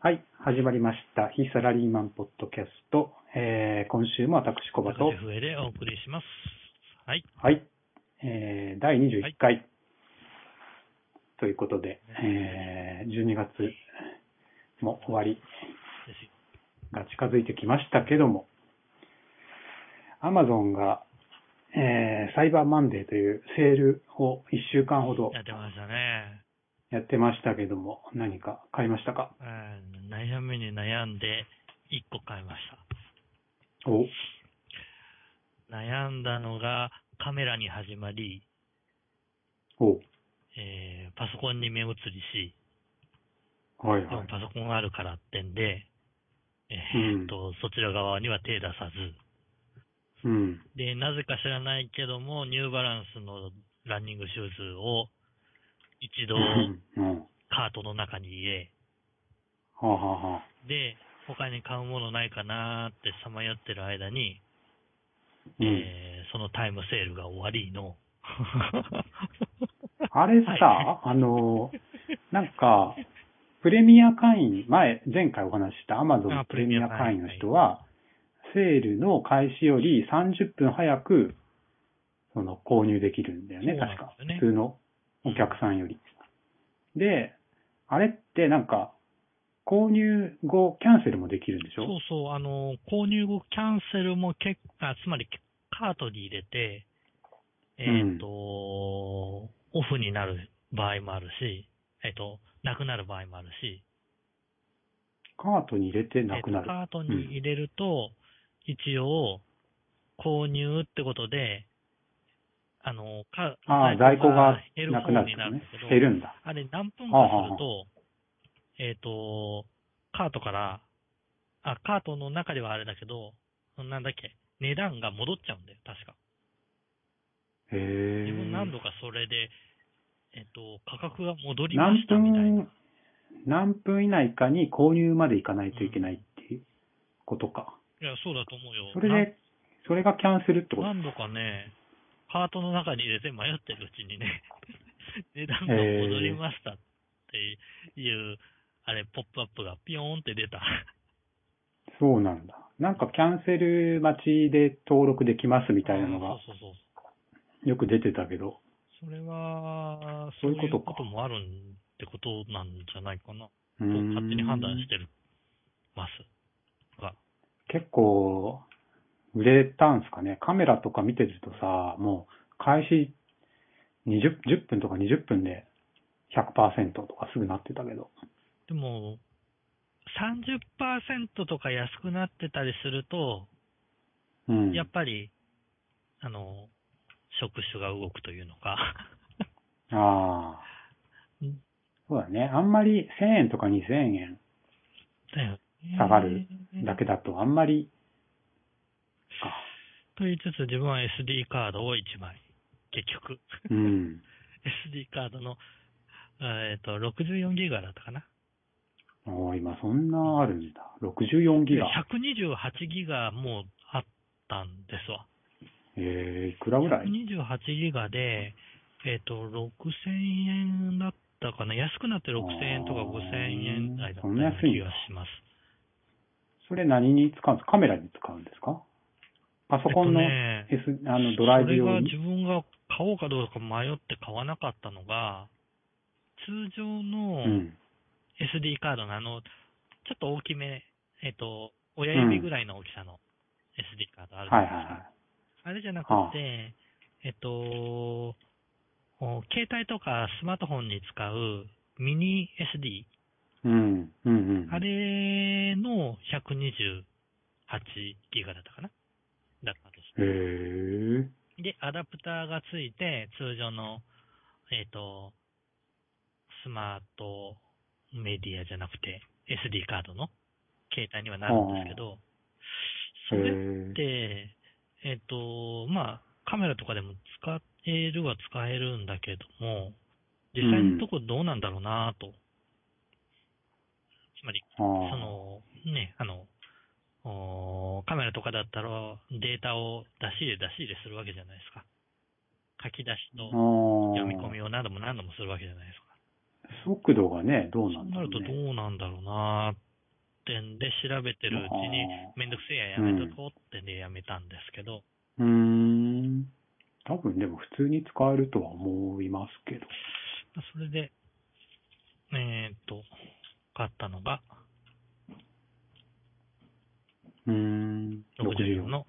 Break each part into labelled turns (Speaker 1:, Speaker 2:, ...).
Speaker 1: はい、始まりました。非サラリーマンポッドキャスト。えー今週も私、小
Speaker 2: バ
Speaker 1: バと、
Speaker 2: FA でお送りします。はい。
Speaker 1: はい、えー第21回、ということで、えー12月も終わり
Speaker 2: です
Speaker 1: が近づいてきましたけども、アマゾンが、えーサイバーマンデーというセールを1週間ほど
Speaker 2: やってましたね。
Speaker 1: やってましたけども、何か買いましたか
Speaker 2: うん、悩みに悩んで、1個買いまし
Speaker 1: お、
Speaker 2: た。悩んだのが、カメラに始まり、
Speaker 1: お、
Speaker 2: えーパソコンに目移りし、
Speaker 1: はい
Speaker 2: で
Speaker 1: は
Speaker 2: も
Speaker 1: い。
Speaker 2: パソコンがあるからってんで、えーっと、そちら側には手出さず、
Speaker 1: うん。
Speaker 2: で、なぜか知らないけども、ニューバランスのランニングシューズを、一度、
Speaker 1: うんうん。は
Speaker 2: カートの中に入れ、
Speaker 1: あ、はあはあ、
Speaker 2: で、他に買うものないかなーってさまよってる間に、
Speaker 1: うん
Speaker 2: えーそのタイムセールが終わり の。
Speaker 1: あれさ、
Speaker 2: は
Speaker 1: あの、なんか、プレミア会員、前、前回お話しした Amazon
Speaker 2: あ
Speaker 1: プレミア会員の人は、セールの開始より30分早く、その、購入できるんだよね、
Speaker 2: そうなん
Speaker 1: 確
Speaker 2: で
Speaker 1: か。
Speaker 2: すよね
Speaker 1: 普通のお客さんより。で、あれってなんか、購入後、キャンセルもできるんでし
Speaker 2: そう
Speaker 1: ょ
Speaker 2: そう、あの、購入後キャンセルも結構、あつまりカートに入れて、えーっ、と、オフになる場合もあるし、えーっ、と、なくなる場合もあるし、
Speaker 1: カートに入れてなくな
Speaker 2: えーっと
Speaker 1: る。
Speaker 2: カートに入れると、一応、購入ってことで、あの、か
Speaker 1: ああ、在庫が
Speaker 2: 減る
Speaker 1: な
Speaker 2: 方
Speaker 1: くな
Speaker 2: に
Speaker 1: る
Speaker 2: な
Speaker 1: から
Speaker 2: る
Speaker 1: ね
Speaker 2: んだけ。ど、
Speaker 1: 減るんだ。
Speaker 2: あれ何分
Speaker 1: ああ
Speaker 2: か
Speaker 1: あ
Speaker 2: すると、えっ、と、カートから、あ、カートの中ではあれだけど、なんだっけ、値段が戻っちゃうんだよ、確か。
Speaker 1: へ
Speaker 2: 自
Speaker 1: え。
Speaker 2: 分何度かそれで、えっ、と、価格が戻りま
Speaker 1: 何
Speaker 2: したみたいな。
Speaker 1: 分、何分以内かに購入までいかないといけないっていうことか。
Speaker 2: いや、そうだと思うよ。
Speaker 1: それで、それがキャンセルってこと
Speaker 2: 何度かね、カートの中に入れて迷ってるうちにね、 値段が戻りましたっていう、あれ、ポップアップがピヨーンって出た。
Speaker 1: そうなんだ。なんかキャンセル待ちで登録できますみたいなのが
Speaker 2: そうそうそう。
Speaker 1: よく出てたけど、
Speaker 2: それは、
Speaker 1: そ
Speaker 2: そうう
Speaker 1: い
Speaker 2: いうう
Speaker 1: ことか
Speaker 2: こともあるんってことなんじゃないかな。
Speaker 1: う
Speaker 2: と
Speaker 1: ーん
Speaker 2: 勝手に判断してるます。が、
Speaker 1: 結構売れたんすかね。カメラとか見てるとさ、もう開始20 10分とか20分で100%とかすぐなってたけど。
Speaker 2: でも、30%とか安くなってたりすると、
Speaker 1: うん。
Speaker 2: やっぱり、あの、触手が動くというのか。
Speaker 1: ああ
Speaker 2: うん。
Speaker 1: そうだね。あんまり1000円とか2000円
Speaker 2: だよね
Speaker 1: 下がるだけだとあんまり、か。
Speaker 2: と言いつつ、自分は SD カードを1枚。結局。
Speaker 1: うん。
Speaker 2: SD カードの、えっ、と、64ギガだったかな。
Speaker 1: おー今そんなあるんだ。64ギガ。
Speaker 2: 128ギガもうあったんですわ。
Speaker 1: えー、いくらぐらい
Speaker 2: 128ギガで、えっ、と、6000円だったかな。安くなって6000円とか
Speaker 1: あー
Speaker 2: 5000円台だった
Speaker 1: そ
Speaker 2: ようん
Speaker 1: な
Speaker 2: な
Speaker 1: 安い
Speaker 2: 気
Speaker 1: んだ
Speaker 2: がします。
Speaker 1: それ何に使うんですかカメラに使うんですかパソコンの
Speaker 2: え
Speaker 1: S、
Speaker 2: っとね
Speaker 1: あのドライブ
Speaker 2: それ
Speaker 1: 用
Speaker 2: が
Speaker 1: に
Speaker 2: 自分が買おうかどうか迷って買わなかったのが、通常
Speaker 1: う
Speaker 2: の
Speaker 1: ん。
Speaker 2: SD カードのあの、ちょっと大きめ、えっ、と、親指ぐらいの大きさの SD カードあるじゃ
Speaker 1: はい
Speaker 2: な
Speaker 1: はい
Speaker 2: いですか。
Speaker 1: は
Speaker 2: あれじゃなく
Speaker 1: はあ
Speaker 2: て、えっと、お携帯とかスマートフォンに使うミニ SD、
Speaker 1: い。うん。うんうん。
Speaker 2: あれの128ギガだったかなだったんで
Speaker 1: へー。
Speaker 2: す。で、アダプターがついて、通常の、えっと、スマートメディアじゃなくて、SD カードの携帯にはなるんですけど、それ
Speaker 1: へー
Speaker 2: で、えっ、と、まあ、カメラとかでも使えるは使えるんだけども、実際のとこどうなんだろうなと。つまり、
Speaker 1: あー
Speaker 2: その、ね、あの、おーカメラとかだったらデータを出し入れ出し入れするわけじゃないですか。書き出し
Speaker 1: あ
Speaker 2: と
Speaker 1: ー
Speaker 2: 読み込みを何度も何度もするわけじゃないですか。
Speaker 1: 速度がね、どうな
Speaker 2: そうん
Speaker 1: だ
Speaker 2: な
Speaker 1: ろう、
Speaker 2: る
Speaker 1: ね。
Speaker 2: とどうなんだろうなーっ点で調べてるうちに
Speaker 1: あ、
Speaker 2: めんどくせえややめとこうってでやめたんですけど、
Speaker 1: うーん。多分でも普通に使えるとは思いますけど。
Speaker 2: それで、えーっと、買ったのが
Speaker 1: うーん。
Speaker 2: 64。の、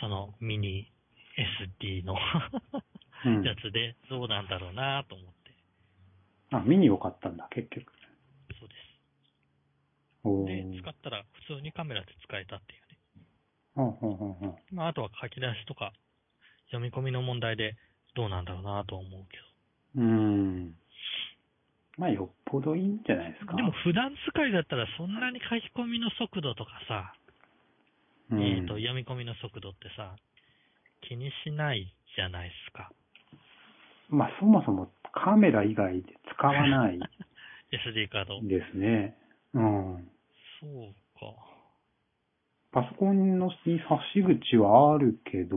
Speaker 2: そのミニ SD の
Speaker 1: うん
Speaker 2: や。つで、どうなんだろうなと思って、
Speaker 1: あ、ミニを買ったんだ、結局。
Speaker 2: そうです。
Speaker 1: お
Speaker 2: で、
Speaker 1: ー
Speaker 2: 使ったら普通にカメラで使えたっていうね。
Speaker 1: ほんほんほんほん。
Speaker 2: まあ、あとは書き出しとか、読み込みの問題でどうなんだろうなとは思うけど。
Speaker 1: うーん。まあ、よっぽどいいんじゃないですか。
Speaker 2: でも普段使いだったらそんなに書き込みの速度とかさ、
Speaker 1: うん、
Speaker 2: えっ、と、読み込みの速度ってさ、気にしないじゃないですか。
Speaker 1: まあ、そもそもカメラ以外で使わない
Speaker 2: SD カード。
Speaker 1: ですね。うん。
Speaker 2: そうか。
Speaker 1: パソコンのに差し口はあるけど、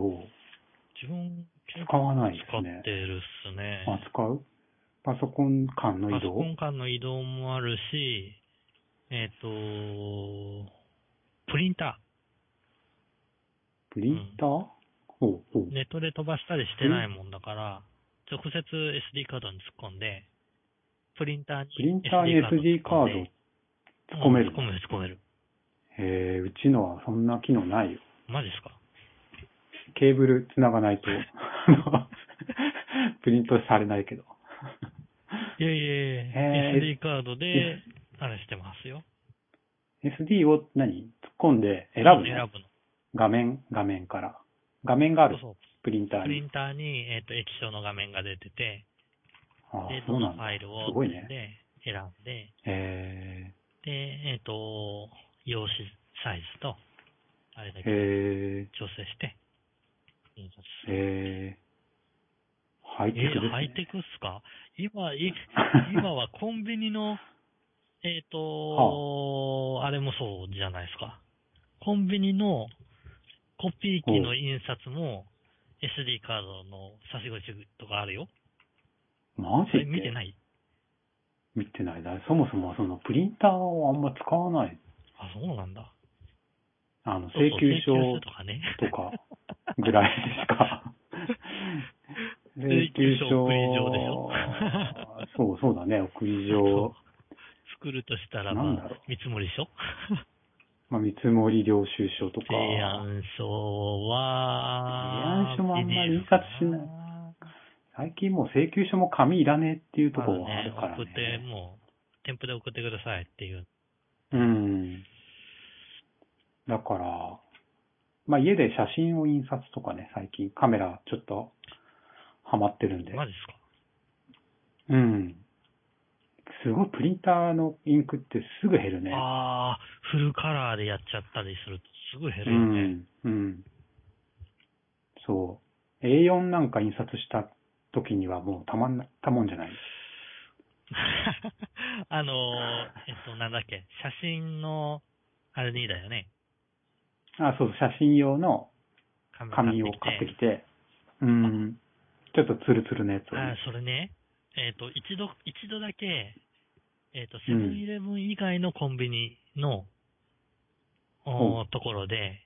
Speaker 2: 自分、結
Speaker 1: 使
Speaker 2: 構
Speaker 1: わないで
Speaker 2: 使
Speaker 1: す
Speaker 2: っ
Speaker 1: ね
Speaker 2: て。るっすね。
Speaker 1: あ、使うパソコン間の
Speaker 2: パ
Speaker 1: 移
Speaker 2: ソ
Speaker 1: 動
Speaker 2: コン間の移動もあるし、えっ、と、プリンタ
Speaker 1: プリンター、ほうほう
Speaker 2: ー、ネットで飛ばしたりしてないもんだから、直接 SD カードに突っ込んで、プリンターに
Speaker 1: プリンターに SD カード
Speaker 2: 突っ
Speaker 1: 突っ込
Speaker 2: 込ん
Speaker 1: め
Speaker 2: で
Speaker 1: る
Speaker 2: うん突っ。込める、突っ込める。
Speaker 1: へえ、うちのはそんな機能ないよ。
Speaker 2: マジですか
Speaker 1: ケーブル繋がないと、 プリントされないけど。
Speaker 2: いやいやい
Speaker 1: え
Speaker 2: や、
Speaker 1: ー
Speaker 2: SD カードで、あれしてますよ。
Speaker 1: SD を何突っ込んで選ぶ
Speaker 2: 選
Speaker 1: の
Speaker 2: ぶの。
Speaker 1: 画面、画面から。画面がある、
Speaker 2: そう
Speaker 1: プリンタ
Speaker 2: そう。
Speaker 1: ー
Speaker 2: プリ
Speaker 1: に。
Speaker 2: ンターに、えっ、と、液晶の画面が出てて、
Speaker 1: ああ
Speaker 2: で、、
Speaker 1: そ
Speaker 2: ど
Speaker 1: うなん
Speaker 2: のフ
Speaker 1: だ。
Speaker 2: ァイルを
Speaker 1: すごいね
Speaker 2: で選んで、
Speaker 1: へ
Speaker 2: で、えっ、と、用紙サイズと、あれだ
Speaker 1: え、
Speaker 2: け調
Speaker 1: へ
Speaker 2: 整して、印刷
Speaker 1: え、
Speaker 2: する
Speaker 1: へえ。ハイテクです、
Speaker 2: え
Speaker 1: ね。
Speaker 2: ハイテクっすか 今、い今はコンビニの、えっ、と、あれもそうじゃないですか。コンビニのコピー機の印刷も SD カードの差し口とかあるよ。
Speaker 1: マジ
Speaker 2: そ
Speaker 1: で。
Speaker 2: れ見てないい
Speaker 1: 見てないだ。そもそもそのプリンターをあんま使わない。
Speaker 2: あ、そうなんだ。
Speaker 1: あの、
Speaker 2: そう
Speaker 1: 請
Speaker 2: そ
Speaker 1: 求書
Speaker 2: うとかね。
Speaker 1: とかぐらいでしか。
Speaker 2: 請求書送り状でしょ
Speaker 1: そう、そうだね。送り
Speaker 2: そう
Speaker 1: 状。
Speaker 2: 作るとしたら、
Speaker 1: なん
Speaker 2: ま
Speaker 1: だ
Speaker 2: あ
Speaker 1: ろう、
Speaker 2: 見積もり 書
Speaker 1: まあ、見積もり領収書とか。
Speaker 2: 提案書は、
Speaker 1: 提案書もあんまり印刷しない
Speaker 2: PDF か
Speaker 1: 最近もう請求書も紙いらねえっていうところはあるから
Speaker 2: 送っ
Speaker 1: ね。
Speaker 2: て、もう、添付で送ってくださいっていう。
Speaker 1: うん。だから、まあ家で写真を印刷とかね、最近カメラちょっとハマってるんで。
Speaker 2: マジですか
Speaker 1: うん。すごいプリンターのインクってすぐ減るね。
Speaker 2: ああ、フルカラーでやっちゃったりすると、すごい減
Speaker 1: う
Speaker 2: るよね。
Speaker 1: ん。うん。そう。A4 なんか印刷した時にはもうたまんなたもんじゃない。
Speaker 2: あのー、えっと、なんだっけ、写真の、あれにだよね。
Speaker 1: あ、そう、写真用の紙
Speaker 2: 紙
Speaker 1: を
Speaker 2: を
Speaker 1: 買っ
Speaker 2: 買ってて
Speaker 1: き
Speaker 2: きて。
Speaker 1: て、うん、ちょっとツルツルのやつを
Speaker 2: あ
Speaker 1: ね
Speaker 2: ー。それね、えっと、一度、一度だけ、えっと、セブンイレブン以外のコンビニの、おーところで、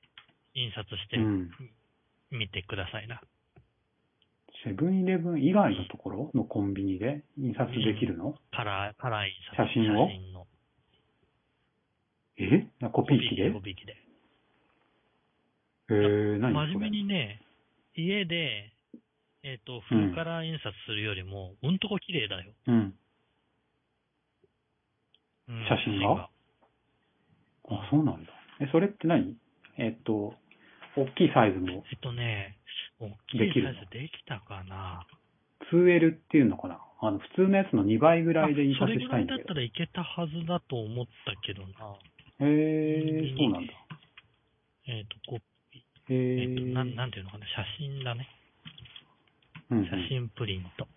Speaker 2: 印刷して
Speaker 1: うん。
Speaker 2: みてくださいな。
Speaker 1: セブンイレブン以外のところのコンビニで印刷できるの、
Speaker 2: カラー、カラー印刷。
Speaker 1: 写真を
Speaker 2: 写真の。
Speaker 1: えなコピー機で
Speaker 2: コピー機で。
Speaker 1: えー、何
Speaker 2: 真
Speaker 1: それ
Speaker 2: 面目にね、家で、えっ、と、フルカラー印刷するよりも、うんとこ綺麗だよ。
Speaker 1: うん。
Speaker 2: うん
Speaker 1: 写真があ、そうなんだ。え、それって何えっと、大きいサイズも
Speaker 2: えっとね、大き
Speaker 1: で
Speaker 2: い
Speaker 1: き
Speaker 2: サ
Speaker 1: る
Speaker 2: イズできたかな
Speaker 1: 2L っていうのかなあの、普通のやつの2倍ぐらいで印
Speaker 2: あそ
Speaker 1: 刷
Speaker 2: れ
Speaker 1: し
Speaker 2: ぐ
Speaker 1: た
Speaker 2: ら
Speaker 1: い
Speaker 2: い
Speaker 1: ん
Speaker 2: だ
Speaker 1: だ
Speaker 2: っ
Speaker 1: け
Speaker 2: た
Speaker 1: ど。
Speaker 2: らいけたはずだと思ったけどな。
Speaker 1: えー、そうなんだ。
Speaker 2: えっ、と、こ
Speaker 1: え
Speaker 2: えっ、と
Speaker 1: ー、
Speaker 2: なん、なんていうのかな、写真だね。
Speaker 1: うんうん
Speaker 2: 写真プリント。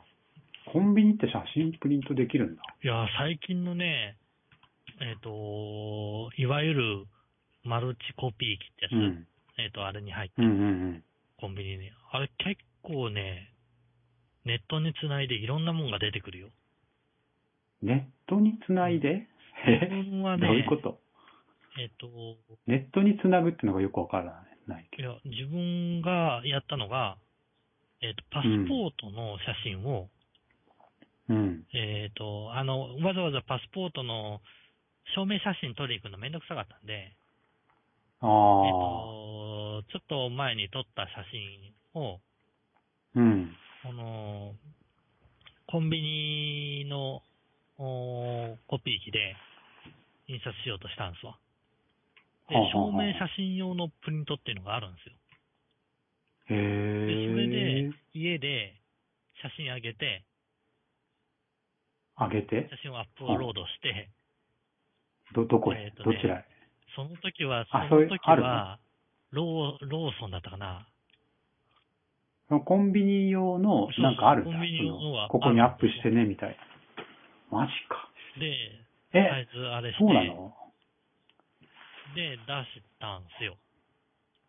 Speaker 1: コンビニって写真プリントできるんだ。
Speaker 2: いやー、最近のね、えっ、と、いわゆるマルチコピー機ってやつ、
Speaker 1: うん。
Speaker 2: えっ、と、あれに入って
Speaker 1: うんうんうん。
Speaker 2: コンビニに。あれ結構ね、ネットにつないでいろんなもんが出てくるよ。
Speaker 1: ネットにつないで、
Speaker 2: 自分はね
Speaker 1: どういうこと
Speaker 2: えっ、と、
Speaker 1: ネットにつなぐってのがよくわからないけ
Speaker 2: い
Speaker 1: ど。
Speaker 2: や、自分がやったのが、えっ、と、パスポートの写真を、
Speaker 1: うん。
Speaker 2: えっ、と、あの、わざわざパスポートの証明写真撮りに行くのめんどくさかったんで、えっ、
Speaker 1: ああ。
Speaker 2: と、ちょっと前に撮った写真を、
Speaker 1: うん。
Speaker 2: この、コンビニのおーコピー機で印刷しようとしたんですわ。で
Speaker 1: はあは、あは
Speaker 2: 証
Speaker 1: あ
Speaker 2: 明写真用のプリントっていうのがあるんですよ。
Speaker 1: へ
Speaker 2: で、それ
Speaker 1: え
Speaker 2: で。、家で写真上げて、
Speaker 1: あげて
Speaker 2: 写真をアップロードして、
Speaker 1: ど、どこ
Speaker 2: え
Speaker 1: へ
Speaker 2: ーと
Speaker 1: ど
Speaker 2: ね
Speaker 1: ちらへ
Speaker 2: その時は、そ
Speaker 1: あそうい
Speaker 2: の
Speaker 1: う
Speaker 2: 時
Speaker 1: ある
Speaker 2: は、ロー、ローソンだったかな。
Speaker 1: そのコンビニ用の
Speaker 2: そう、そう
Speaker 1: なんかあるんだ。
Speaker 2: コンビニ用の
Speaker 1: そ
Speaker 2: は
Speaker 1: ここにアップしてね、みたいな。マジか。
Speaker 2: で、
Speaker 1: え、
Speaker 2: サイズあれして、
Speaker 1: そうなの
Speaker 2: で、出したんですよ。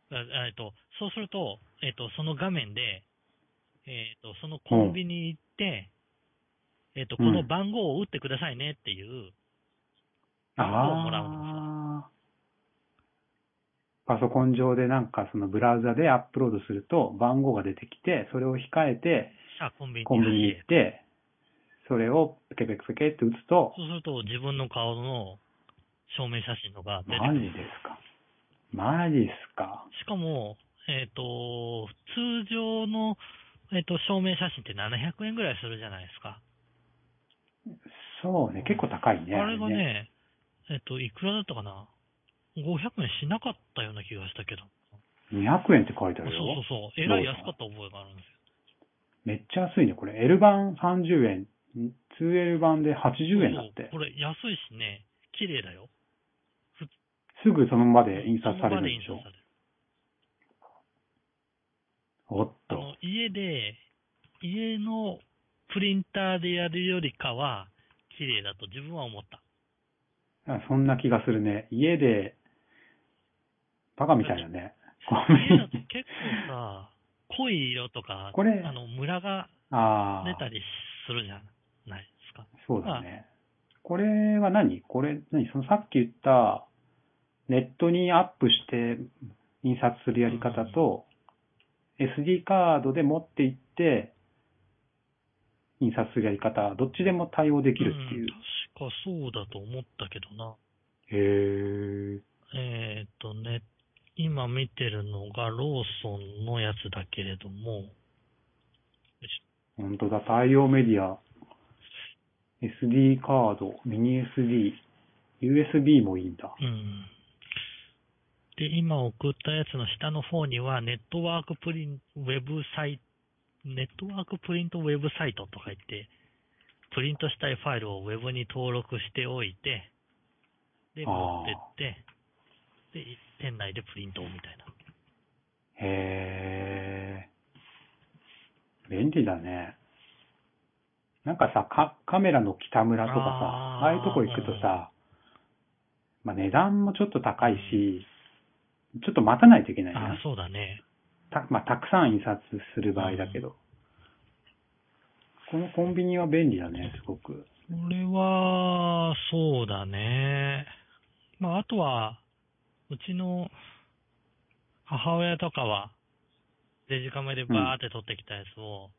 Speaker 2: だあえっと、そうすると、えっと、その画面で、えっと、そのコンビニ行って、えっと、こ
Speaker 1: う
Speaker 2: の
Speaker 1: ん
Speaker 2: 番号を打ってくださいねっていう、番号をもらうんですよ。
Speaker 1: ああ。パソコン上でなんかそのブラウザでアップロードすると番号が出てきて、それを控えて、
Speaker 2: さあ、コンビニ
Speaker 1: コンビニ
Speaker 2: に
Speaker 1: 行って、それをペケペケペケって打つと、
Speaker 2: そうすると、自分の顔の証明写真のが出てく
Speaker 1: マジ
Speaker 2: る。
Speaker 1: ですか。マジっすか。
Speaker 2: しかも、えっ、と、通常の、えっ、と、証明写真って700円ぐらいするじゃないですか。
Speaker 1: そうね、結構高いね。
Speaker 2: あれがね、えっと、いくらだったかな ?500 円しなかったような気がしたけど。
Speaker 1: 200円って書いてあ
Speaker 2: そう
Speaker 1: るよ。
Speaker 2: そうそう。えらい安かった覚えがあるんですよ。
Speaker 1: めっちゃ安いね、これ。L 版30円、ん 2L 版で80円だっ
Speaker 2: そうそう
Speaker 1: て
Speaker 2: こ。れ安いしね、綺麗だよ。
Speaker 1: すぐその場で印刷されるんでし
Speaker 2: その
Speaker 1: ょ
Speaker 2: 場。印刷される
Speaker 1: おっ
Speaker 2: あ
Speaker 1: と。
Speaker 2: の、家で、家のプリンターでやるよりかは、綺麗だと自分は思った。
Speaker 1: あそんな気がするね。家で、バカみたいだね。コンビ
Speaker 2: 家だと
Speaker 1: ニ。
Speaker 2: 結構さ、濃い色とか、
Speaker 1: これ
Speaker 2: あの、ムラが
Speaker 1: あ
Speaker 2: 出た
Speaker 1: あ、
Speaker 2: りするじゃないですか。
Speaker 1: そうだね。これは何これ、何そのさっき言った、ネットにアップして印刷するやり方と、SD カードで持っていって、印刷するやり方、どっちでも対応できるっていう。
Speaker 2: うん、確かそうだと思ったけどな。
Speaker 1: へえ。
Speaker 2: えっ、とね、今見てるのがローソンのやつだけれども、
Speaker 1: 本当だ、対応メディア、SD カード、ミニ SD、USB もいいんだ。
Speaker 2: うん。で、今送ったやつの下の方には、ネットワークプリン、ウェブサイト、ネットワークプリントウェブサイトとか言って、プリントしたいファイルをウェブに登録しておいて、で、
Speaker 1: あー
Speaker 2: 持ってって、で、店内でプリントをみたいな。
Speaker 1: へえ。便利だね。なんかさ、カカメラの北村とかさ、
Speaker 2: あ
Speaker 1: あ
Speaker 2: ー
Speaker 1: あいうとこ行くとさ、まあ値段もちょっと高いし、ちょっと待たないといけない
Speaker 2: あ
Speaker 1: な
Speaker 2: あ、。そうだね。
Speaker 1: たまあ、たくさん印刷する場合だけど。このコンビニは便利だね、すごく。
Speaker 2: これは、そうだね。まあ、あとは、うちの母親とかは、デジカメでバーって撮ってきたやつを、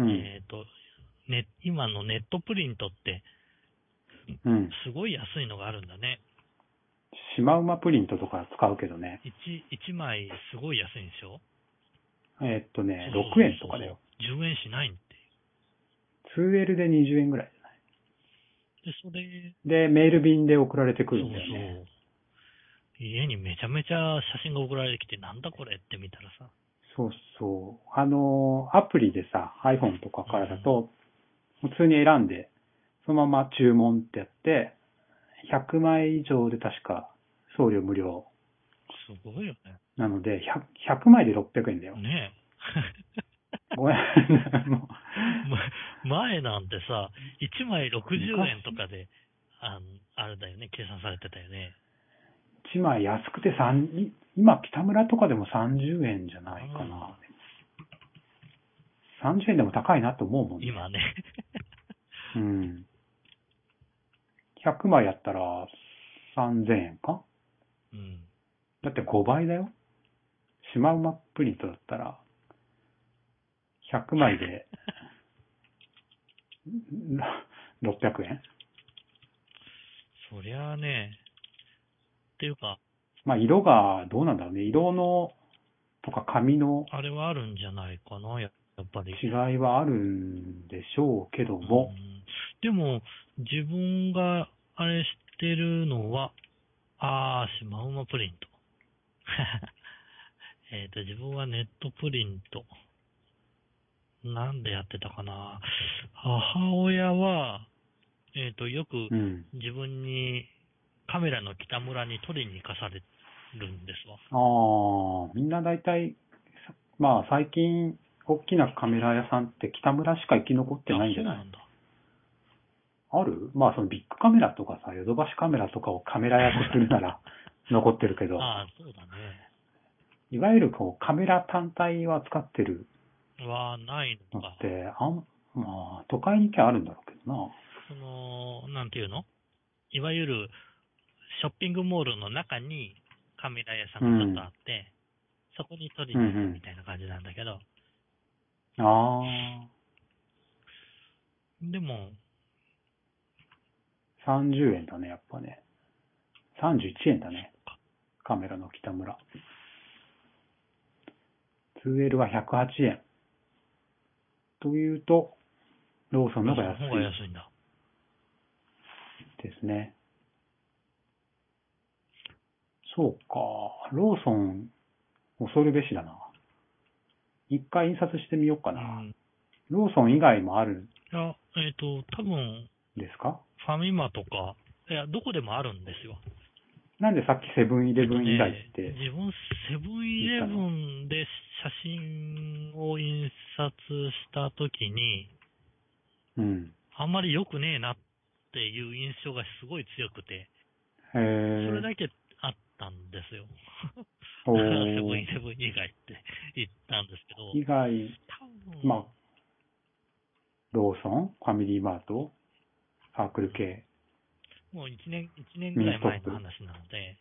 Speaker 1: うん。
Speaker 2: えっ、と、ね、今のネットプリントって、
Speaker 1: うん。
Speaker 2: すごい安いのがあるんだね。
Speaker 1: シマウマプリントとか使うけどね。
Speaker 2: 1、一枚すごい安いんでしょ
Speaker 1: えーっとね、
Speaker 2: そうそうそ
Speaker 1: 6
Speaker 2: う
Speaker 1: 円とかだよ。
Speaker 2: 10円しないんって。
Speaker 1: 2L で20円ぐらい
Speaker 2: で、それ、
Speaker 1: じゃない。で、メール便で送られてく
Speaker 2: そう
Speaker 1: る
Speaker 2: そ
Speaker 1: んだよね。
Speaker 2: う。家にめちゃめちゃ写真が送られてきて、なんだこれって見たらさ、
Speaker 1: そうそう。あのー、アプリでさ、iPhone とかからだと、普通に選んで、そのまま注文ってやって、100枚以上で確か送料無料。
Speaker 2: すごいよね。
Speaker 1: なので100、100枚で600円だよ。
Speaker 2: ね
Speaker 1: ごめん。も
Speaker 2: え。 ま前なんてさ、1枚60円とかで、あのあれだよね、計算されてたよね。
Speaker 1: う1枚安くて3、今、北村とかでも30円じゃないかな。30円でも高いなと思うもんね。
Speaker 2: 今ね。
Speaker 1: うん。100枚やったら、 3000円か
Speaker 2: うん。
Speaker 1: だって5倍だよ。シマウマプリントだったら、100枚で、600円
Speaker 2: そりゃあね、っていうか、
Speaker 1: まあ、色がどうなんだろうね。色の、とか紙の
Speaker 2: あれはあるんじゃないかな、ややっぱり。
Speaker 1: 違いはあるんでしょうけど
Speaker 2: う
Speaker 1: も、
Speaker 2: んでも、自分があれしてるのは、あー、シマウマプリント。 えっと、自分はネットプリント。なんでやってたかな。母親は、えっ、と、よく
Speaker 1: うん。
Speaker 2: 自分にカメラの北村に取りに行かされるんですわ。
Speaker 1: ああ、みんな大体、まあ、最近、大きなカメラ屋さんって北村しか生き残ってないんじゃ
Speaker 2: あ
Speaker 1: な
Speaker 2: そう
Speaker 1: い
Speaker 2: んだ。
Speaker 1: あるまあ、そのビッグカメラとかさ、ヨドバシカメラとかをカメラ屋とするな ら残ってるけど、
Speaker 2: ああ、そうだね。
Speaker 1: いわゆるこうカメラ単体は使ってる
Speaker 2: は、ない
Speaker 1: の
Speaker 2: の
Speaker 1: っ
Speaker 2: か。
Speaker 1: て、あんまあ、都会に行きゃあるんだろうけどな。
Speaker 2: その、なんていうのいわゆる、ショッピングモールの中にカメラ屋さんがちょっとあって、そこに撮りに行くみたいな感じなんだけど、
Speaker 1: あ
Speaker 2: でも、
Speaker 1: あ、30円だね、やっぱね。31円だね。カメラの北村。2L は108円。というと、ローソンの方が安
Speaker 2: その方が
Speaker 1: い
Speaker 2: 安いんだ。
Speaker 1: ですね。そうか。ローソン、恐るべしだな。一回印刷してみようか
Speaker 2: う
Speaker 1: な。
Speaker 2: ん。
Speaker 1: ローソン以外もあるん
Speaker 2: いや、えっ、と、多分、
Speaker 1: ですか
Speaker 2: ファミマとか、いや、どこでもあるんですよ。
Speaker 1: なんでさっきセブンイレブン以外っ
Speaker 2: えっと
Speaker 1: て
Speaker 2: ね自分、セブンイレブンで写真を印刷したときに、
Speaker 1: うん。
Speaker 2: あんまり良くねえなっていう印象がすごい強くて、
Speaker 1: へ
Speaker 2: そ
Speaker 1: え。
Speaker 2: れだけあったんですよ。
Speaker 1: おー
Speaker 2: セブンイレブン以外って言ったんですけど、
Speaker 1: 以外、
Speaker 2: 多分、
Speaker 1: まあ、ローソン、ファミリーマート、サークル系。
Speaker 2: もう1年、一年ぐらい前の話なので、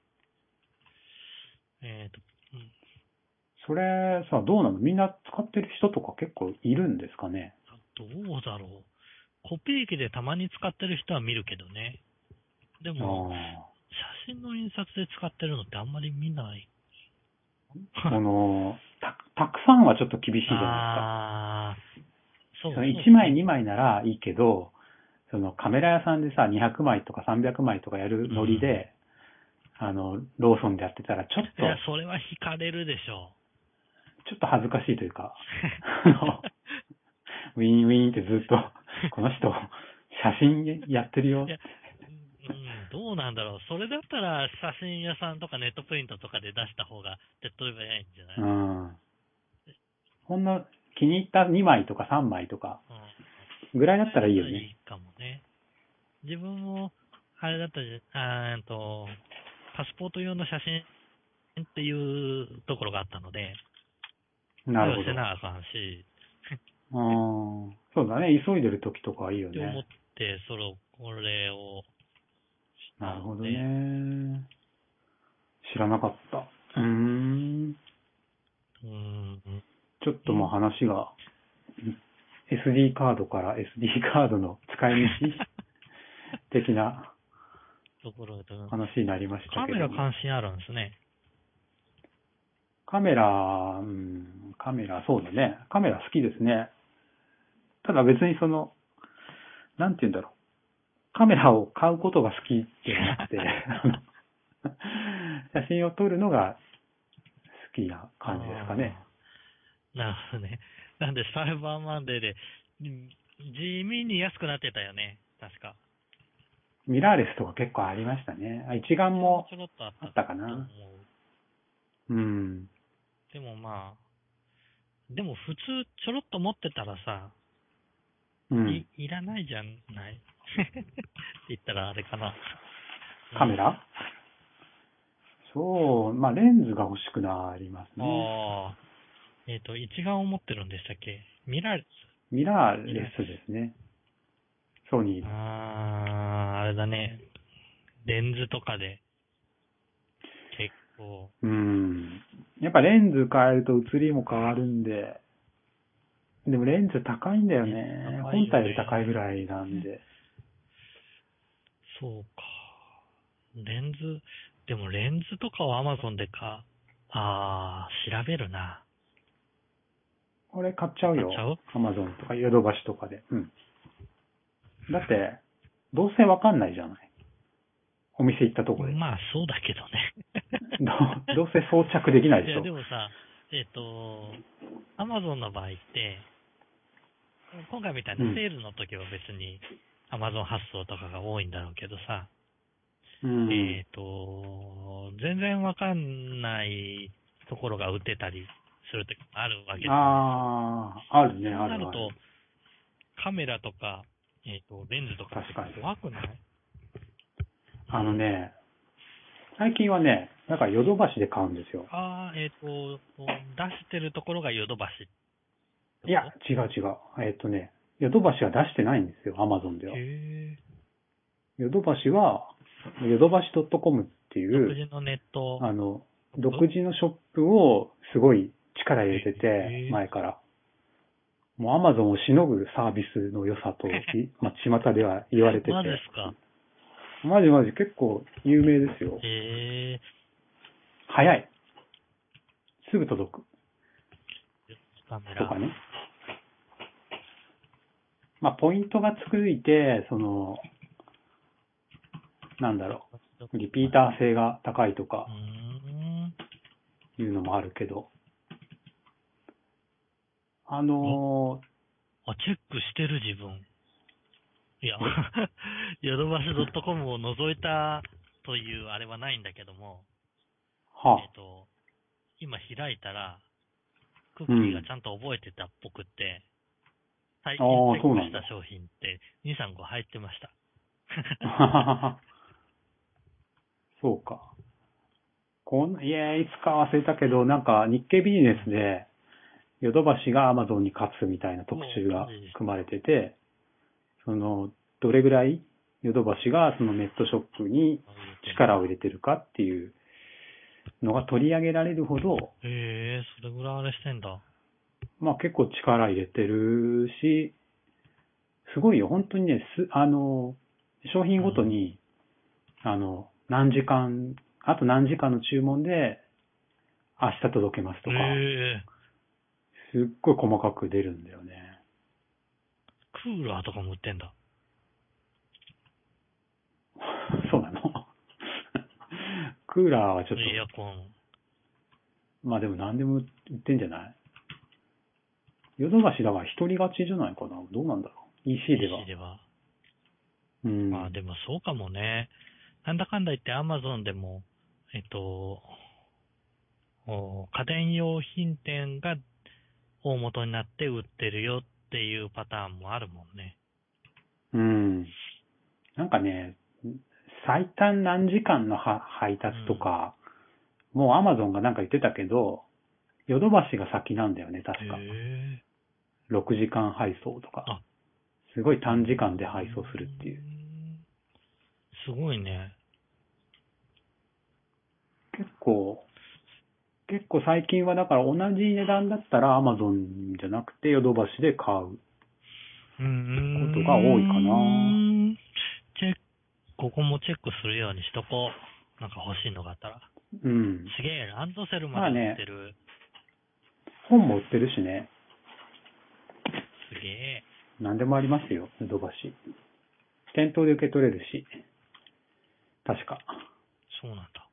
Speaker 2: えっ、と、うん
Speaker 1: それさ、どうなのみんな使ってる人とか結構いるんですかね
Speaker 2: あどうだろう。コピー機でたまに使ってる人は見るけどね。で
Speaker 1: あ
Speaker 2: も、写真の印刷で使ってるのってあんまり見ない。
Speaker 1: あ。この、た、たくさんはちょっと厳しいじゃな
Speaker 2: ああー、そ
Speaker 1: いうですか。その1枚、2枚ならいいけど、そのカメラ屋さんでさ、200枚とか300枚とかやるノリで、あの、ローソンでやってたら、ちょっ
Speaker 2: いや、
Speaker 1: と、
Speaker 2: それは惹かれるでしょ
Speaker 1: ちょっと恥ずかしいというか、あの ウィンウィンってずっ と、この人、写真やってるよ
Speaker 2: い。やう。うん、どうなんだろう。それだったら写真屋さんとかネットプリントとかで出した方が手っ取り早いんじゃないううん
Speaker 1: ん。ほんの気に入った2枚とか3枚とかぐらいだったらいいよね。
Speaker 2: いいかもね。自分も、あれだったじゃ、あーえっと、パスポート用の写真っていうところがあったので、
Speaker 1: なるほ
Speaker 2: そ
Speaker 1: ど
Speaker 2: れをせ。なあかんし、
Speaker 1: うん。そうだね。急いでる時とかはいいよ
Speaker 2: って思っ
Speaker 1: ね。
Speaker 2: て、それを、これを、
Speaker 1: なるほどね。知らなかった。うーん。
Speaker 2: うーん。
Speaker 1: ちょっともう話が、SD カードから SD カードの使い 道的な
Speaker 2: ところで、
Speaker 1: 話になりました
Speaker 2: カ
Speaker 1: け
Speaker 2: メ
Speaker 1: ど
Speaker 2: ラ
Speaker 1: も。
Speaker 2: 関心あるんですね。
Speaker 1: カメラ、うん、カメラ、そうだね。カメラ好きですね。ただ別にその、なんて言うんだろう。カメラを買うことが好きでは なくて、写真を撮るのが好きな感じですかね。
Speaker 2: あー。なるほどね。なんで、サイバーマンデーで、うん地味に安くなってたよね。確か。
Speaker 1: ミラーレスとか結構ありましたね。あ一眼も、
Speaker 2: ちょろっとあった
Speaker 1: あったかな
Speaker 2: と思う
Speaker 1: うん。
Speaker 2: でもまあ、でも普通ちょろっと持ってたらさ、
Speaker 1: うん
Speaker 2: い。いらないじゃない って言ったらあれかな。
Speaker 1: カメラそう、まあレンズが欲しくなりますね。
Speaker 2: ああ。えっ、と、一眼を持ってるんでしたっけミラーレス
Speaker 1: ミラーレスですね。ソニーの
Speaker 2: ああ、あれだね。レンズとかでそう
Speaker 1: ーん。やっぱレンズ変えると映りも変わるんで、でもレンズ高いんだよね。
Speaker 2: 高いよね
Speaker 1: 本体より高いぐらいなんで。
Speaker 2: そうか。レンズ、でもレンズとかは Amazon でか、あー、調べるな。
Speaker 1: 俺買っちゃうよ
Speaker 2: 買っちゃう。
Speaker 1: アマゾンとかヨドバシとかで。うん。だって、どうせわかんないじゃない。お店行ったとこで。
Speaker 2: まあ、そうだけど
Speaker 1: ど
Speaker 2: ね。
Speaker 1: うどうせ装着できないで
Speaker 2: い
Speaker 1: しょ
Speaker 2: や、で。もさ、えっ、と、Amazon の場合って、今回みたいな
Speaker 1: うん
Speaker 2: セールの時は別に Amazon 発送とかが多いんだろうけどさ、
Speaker 1: うん。
Speaker 2: えっ、と、全然わかんないところが売ってたりする時もあるわけじゃない
Speaker 1: ああ、あるね、
Speaker 2: そう
Speaker 1: あ
Speaker 2: な
Speaker 1: る
Speaker 2: る
Speaker 1: ある。
Speaker 2: と、カメラとか、えっ、と、レンズとか
Speaker 1: 確かに
Speaker 2: 怖くない
Speaker 1: あのね、最近はね、なんかヨドバシで買うんですよ。
Speaker 2: ああ、えっ、と、出してるところがヨドバシ。
Speaker 1: いや、違う違う。えっとね、ヨドバシは出してないんですよ、アマゾンでは。
Speaker 2: へえ。
Speaker 1: ヨドバシは、ヨドバシ .com ってい
Speaker 2: 独
Speaker 1: う、
Speaker 2: 自のネット。
Speaker 1: あの、独自のショップをすごい力入れて
Speaker 2: へ
Speaker 1: て
Speaker 2: え、
Speaker 1: 前から。もうアマゾンをしのぐサービスの良さ と、いまあ、巷では言われてて。
Speaker 2: マジですか。
Speaker 1: マジマジ結構有名ですよ。
Speaker 2: へえ。
Speaker 1: 早い。すぐ届く。
Speaker 2: カメ
Speaker 1: と
Speaker 2: ラ
Speaker 1: か。ね。まあ、ポイントがつくいて、その、なんだろう、リピーター性が高いとか
Speaker 2: うーん。
Speaker 1: いうのもあるけど、あの
Speaker 2: あ、チェックしてる自分。いや、 ヨドバシ .com を覗いたというあれはないんだけども。
Speaker 1: ー、は
Speaker 2: えっ、と、今開いたら、クッキーがちゃんと覚えてたっぽくって、最近
Speaker 1: あー
Speaker 2: チェック
Speaker 1: そうなん
Speaker 2: し
Speaker 1: だ
Speaker 2: た商品って2、3個入ってました。
Speaker 1: あ、 そうか。こんいや、いつか忘れたけど、なんか日経ビジネスで、ヨドバシがアマゾンに勝つみたいな特集が組まれてて、その、どれぐらいヨドバシがそのネットショップに 力を入れてるかっていうのが取り上げられるほど、
Speaker 2: へえそれぐらいあれしてんだ。
Speaker 1: まあ結構力入れてるし、すごいよ、本当にね、す、あの、商品ごとに、あの、何時間、あと何時間の注文で、明日届けますとか、
Speaker 2: へえ
Speaker 1: すっごい細かく出るんだよね。
Speaker 2: クーラーとかも売ってんだ。
Speaker 1: そうなの クーラーはちょっ
Speaker 2: エアコン。
Speaker 1: と、まあでも何でも売ってんじゃないヨドバシだから一人勝ちじゃないかなどうなんだろう ?EC では。
Speaker 2: では。
Speaker 1: うん。
Speaker 2: まあでもそうかもね。なんだかんだ言って Amazon でも、えっと、お家電用品店が大元になって売ってるよっていうパターンもあるもんね。
Speaker 1: うん。なんかね、最短何時間のは配達とか、もうアマゾンがなんか言ってたけど、ヨドバシが先なんだよね、確か。
Speaker 2: え。
Speaker 1: 6時間配送とか
Speaker 2: あ。
Speaker 1: すごい短時間で配送するっていう。
Speaker 2: ん。すごいね。
Speaker 1: 結構、結構最近はだから同じ値段だったらアマゾンじゃなくてヨドバシで買う。
Speaker 2: うん
Speaker 1: ことが多いかな
Speaker 2: うんチェック、ここもチェックするようにしとこう。なんか欲しいのがあったら。
Speaker 1: うん。
Speaker 2: すげえ、ランドセルまで売ってる。
Speaker 1: 本も売ってるしね。
Speaker 2: すげえ。
Speaker 1: 何でもありますよ、ヨドバシ。店頭で受け取れるし。確か。
Speaker 2: そうなんだ。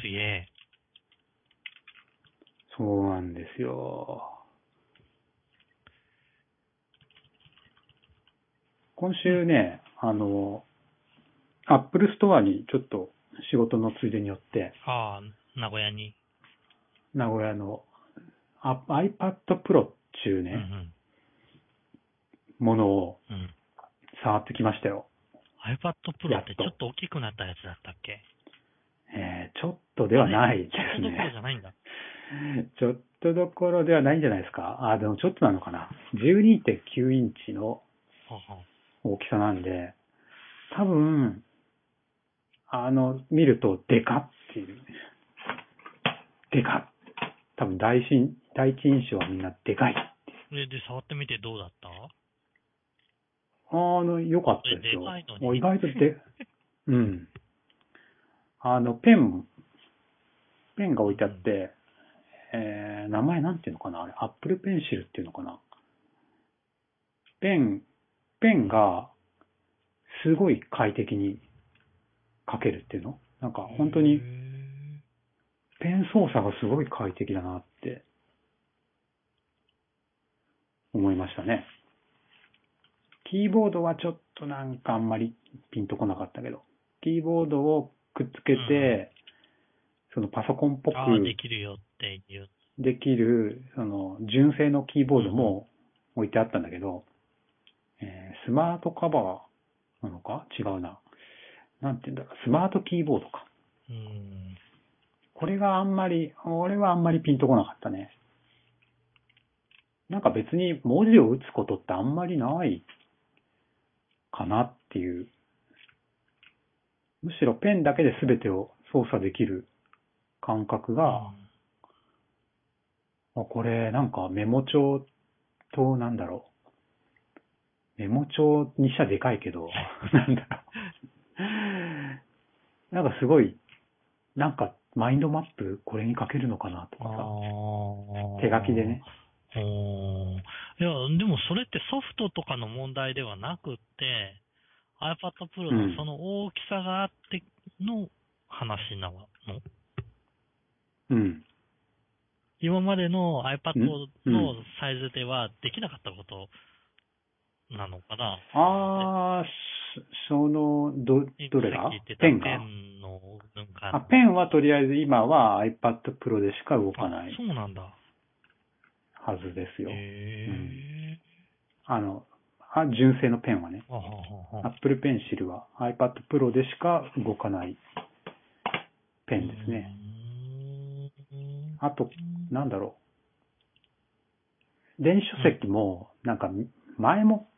Speaker 2: すげえ。
Speaker 1: そうなんですよ。今週ね、あの、アップルストアにちょっと仕事のついでによって、
Speaker 2: ああ、名古屋に。
Speaker 1: 名古屋のあ iPad Pro っちゅう
Speaker 2: うん
Speaker 1: ね、ものを
Speaker 2: うん。うん。
Speaker 1: 触ってきましたよ。
Speaker 2: iPad
Speaker 1: や
Speaker 2: Pro
Speaker 1: っ
Speaker 2: って
Speaker 1: と
Speaker 2: ちょっと大きくなったやつだったっけ
Speaker 1: えーちょっとではないで
Speaker 2: ちょ
Speaker 1: す
Speaker 2: っとどころ
Speaker 1: ね。
Speaker 2: じゃないんだ。
Speaker 1: ちょっとどころではないんじゃないですか。あー、でもちょっとなのかな。12.9インチの
Speaker 2: はは
Speaker 1: 大きさなんで、多分、あの、見ると、でかっていう。でか多分第一印、第一印象はみんなでかい。
Speaker 2: で、で触ってみてどうだった
Speaker 1: あの、良かったですよ。
Speaker 2: でかいのに
Speaker 1: もう意外と で、うん。あの、ペン、ペンが置いてあって、えー、名前なんていうのかなあれ、アップルペンシルっていうのかなペン、ペンが、すごい快適に書けるっていうのなんか本当
Speaker 2: へ
Speaker 1: に
Speaker 2: ー
Speaker 1: ペン操作がすごい快適だなって思いましたね。キーボードはちょっとなんかあんまりピンとこなかったけど、キーボードをくっつけて、そのパソコンっぽく
Speaker 2: ああ、できるよっていう。
Speaker 1: できる、その純正のキーボードも置いてあったんだけど、えースマートカバーなのか違うな。なんていうんだろう、スマートキーボードか。
Speaker 2: うん。
Speaker 1: これがあんまり、俺はあんまりピンとこなかったね。なんか別に文字を打つことってあんまりないかなっていう。むしろペンだけで全てを操作できる感覚が、あこれなんかメモ帳となんだろう。メモ帳にしちゃでかいけど、 なんだろう。なんかすごい、なんかマインドマップこれに書けるのかなと
Speaker 2: あ
Speaker 1: かさ、
Speaker 2: あ。
Speaker 1: 手書きでね。。
Speaker 2: おーいや、でもそれってソフトとかの問題ではなくって、iPad
Speaker 1: う
Speaker 2: Pro
Speaker 1: ん
Speaker 2: のその大きさがあっての話なの、
Speaker 1: うん。
Speaker 2: 今までの iPad
Speaker 1: うん
Speaker 2: のサイズではできなかったことなのかな。
Speaker 1: ああ、そその、ど、どれ
Speaker 2: さ
Speaker 1: が
Speaker 2: っき言ってた
Speaker 1: ペンが
Speaker 2: ペンの文化
Speaker 1: あ、ペンはとりあえず今は iPad Pro でしか動かな
Speaker 2: あ
Speaker 1: い
Speaker 2: そうなんだ。
Speaker 1: はずですよ。
Speaker 2: へえ。
Speaker 1: あの、あ純正のペンはね。
Speaker 2: あははは
Speaker 1: Apple Pencil は iPad Pro でしか動かないペンですね。。
Speaker 2: うーん
Speaker 1: あと、なんだろう。電子書籍も、なんか、前も、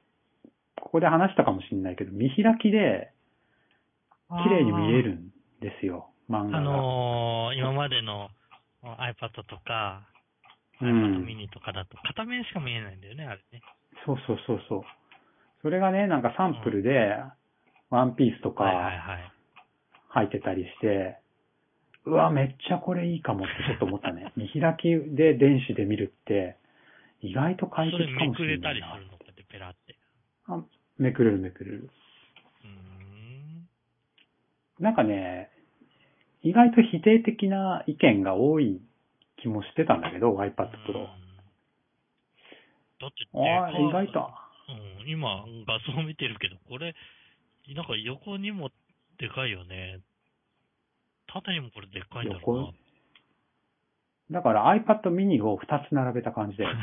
Speaker 1: ここで話したかもしれないけど、見開きで、綺麗に見えるんですよ、漫画
Speaker 2: あ
Speaker 1: が。
Speaker 2: のー今までのあ iPad とか、
Speaker 1: う
Speaker 2: iPad
Speaker 1: ん。
Speaker 2: mini とかだと、片面しか見えないんだよね、あれね。
Speaker 1: そうそうそうそう。それがね、なんかサンプルで、ワンピースと
Speaker 2: はいはい
Speaker 1: か
Speaker 2: はい。
Speaker 1: 入ってたりして、うわ、めっちゃこれいいかもってちょっと思った ね。見開きで電子で見るって、意外と快
Speaker 2: そ
Speaker 1: 適
Speaker 2: れ
Speaker 1: か
Speaker 2: め
Speaker 1: もし
Speaker 2: く
Speaker 1: れ
Speaker 2: れた
Speaker 1: ない
Speaker 2: り
Speaker 1: な
Speaker 2: す。るのかって、ペラって。
Speaker 1: あめくれるめくれる。
Speaker 2: うーん。
Speaker 1: なんかね、意外と否定的な意見が多い気もしてたんだけど、iPad
Speaker 2: う
Speaker 1: Pro
Speaker 2: ん。だって、で。
Speaker 1: ああ、
Speaker 2: かい
Speaker 1: 意外と。
Speaker 2: うん、今、画像見てるけど、これ、なんか横にもでかいよね。縦にもこれでかいんだろうな。
Speaker 1: だから iPad mini を2つ並べた感じで。
Speaker 2: あ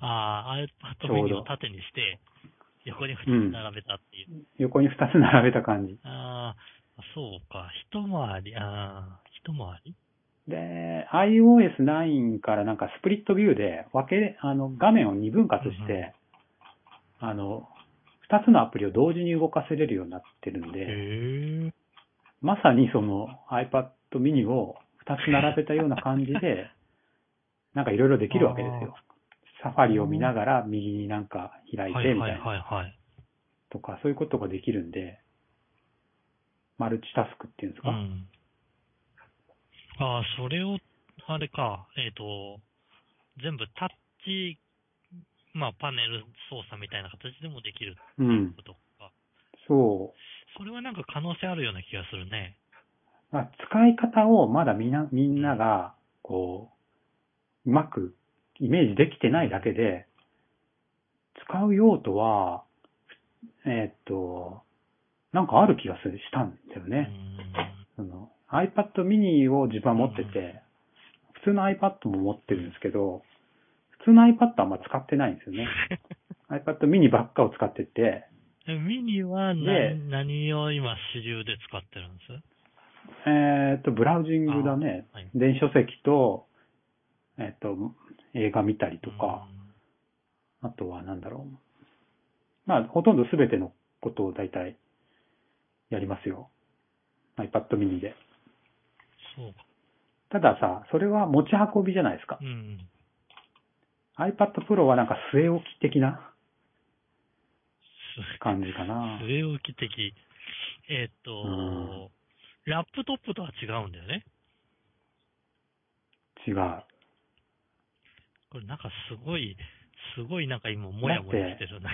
Speaker 2: あ、
Speaker 1: ち
Speaker 2: iPad
Speaker 1: ょう
Speaker 2: mini
Speaker 1: ど
Speaker 2: を縦にして、横に2つ並べたっていう。
Speaker 1: 横に2つ並べた感じ。
Speaker 2: ああ、そうか。一回り、ああ、一回り
Speaker 1: で、iOS9 からなんかスプリットビューで分け、あの、画面を二分割して、あの、二つのアプリを同時に動かせれるようになってるんで、
Speaker 2: へえ。
Speaker 1: まさにその iPad mini を二つ並べたような感じで、 なんかいろいろできるわけですよ。サファリを見ながら右になんか開いて
Speaker 2: はい
Speaker 1: み
Speaker 2: は
Speaker 1: た
Speaker 2: い
Speaker 1: い
Speaker 2: はい
Speaker 1: な
Speaker 2: はい。
Speaker 1: とか、そういうことができるんで、マルチタスクっていうんです
Speaker 2: う
Speaker 1: か、
Speaker 2: ん。ああ、それを、あれか、えっ、と、全部タッチ、まあパネル操作みたいな形でもできるって
Speaker 1: うん
Speaker 2: ことか。
Speaker 1: そう。
Speaker 2: それはなんか可能性あるような気がするね。
Speaker 1: まあ、使い方をまだみな、みんなが、こう、うまくイメージできてないだけで、使う用途は、えーっと、なんかある気がする、したんだよ
Speaker 2: うー
Speaker 1: ね。
Speaker 2: ん。
Speaker 1: その iPad mini を自分は持ってて、普通の iPad も持ってるんですけど、普通の iPad はあんま使ってないんですよね。iPad mini ばっかを使ってて、
Speaker 2: え ミニは
Speaker 1: で
Speaker 2: 何何を今主流で使ってるんです
Speaker 1: えーっと、ブラウジングだね。
Speaker 2: あはい
Speaker 1: 電子書籍と、えっと、映画見たりとか、、あとはなんだろう。まあ、ほとんどすべてのことを大体やりますよ。 iPad mini で。
Speaker 2: そうか。
Speaker 1: たださ、それは持ち運びじゃないですか
Speaker 2: う。ん。
Speaker 1: iPad Pro はなんか据え置き的な
Speaker 2: す
Speaker 1: 感じかな。
Speaker 2: 据え置き的。えーっ
Speaker 1: うん
Speaker 2: と、ラップトップとは違うんだよね。
Speaker 1: 違う。だ
Speaker 2: これなんかすごい、すごいなんか今もやもやしてるんだ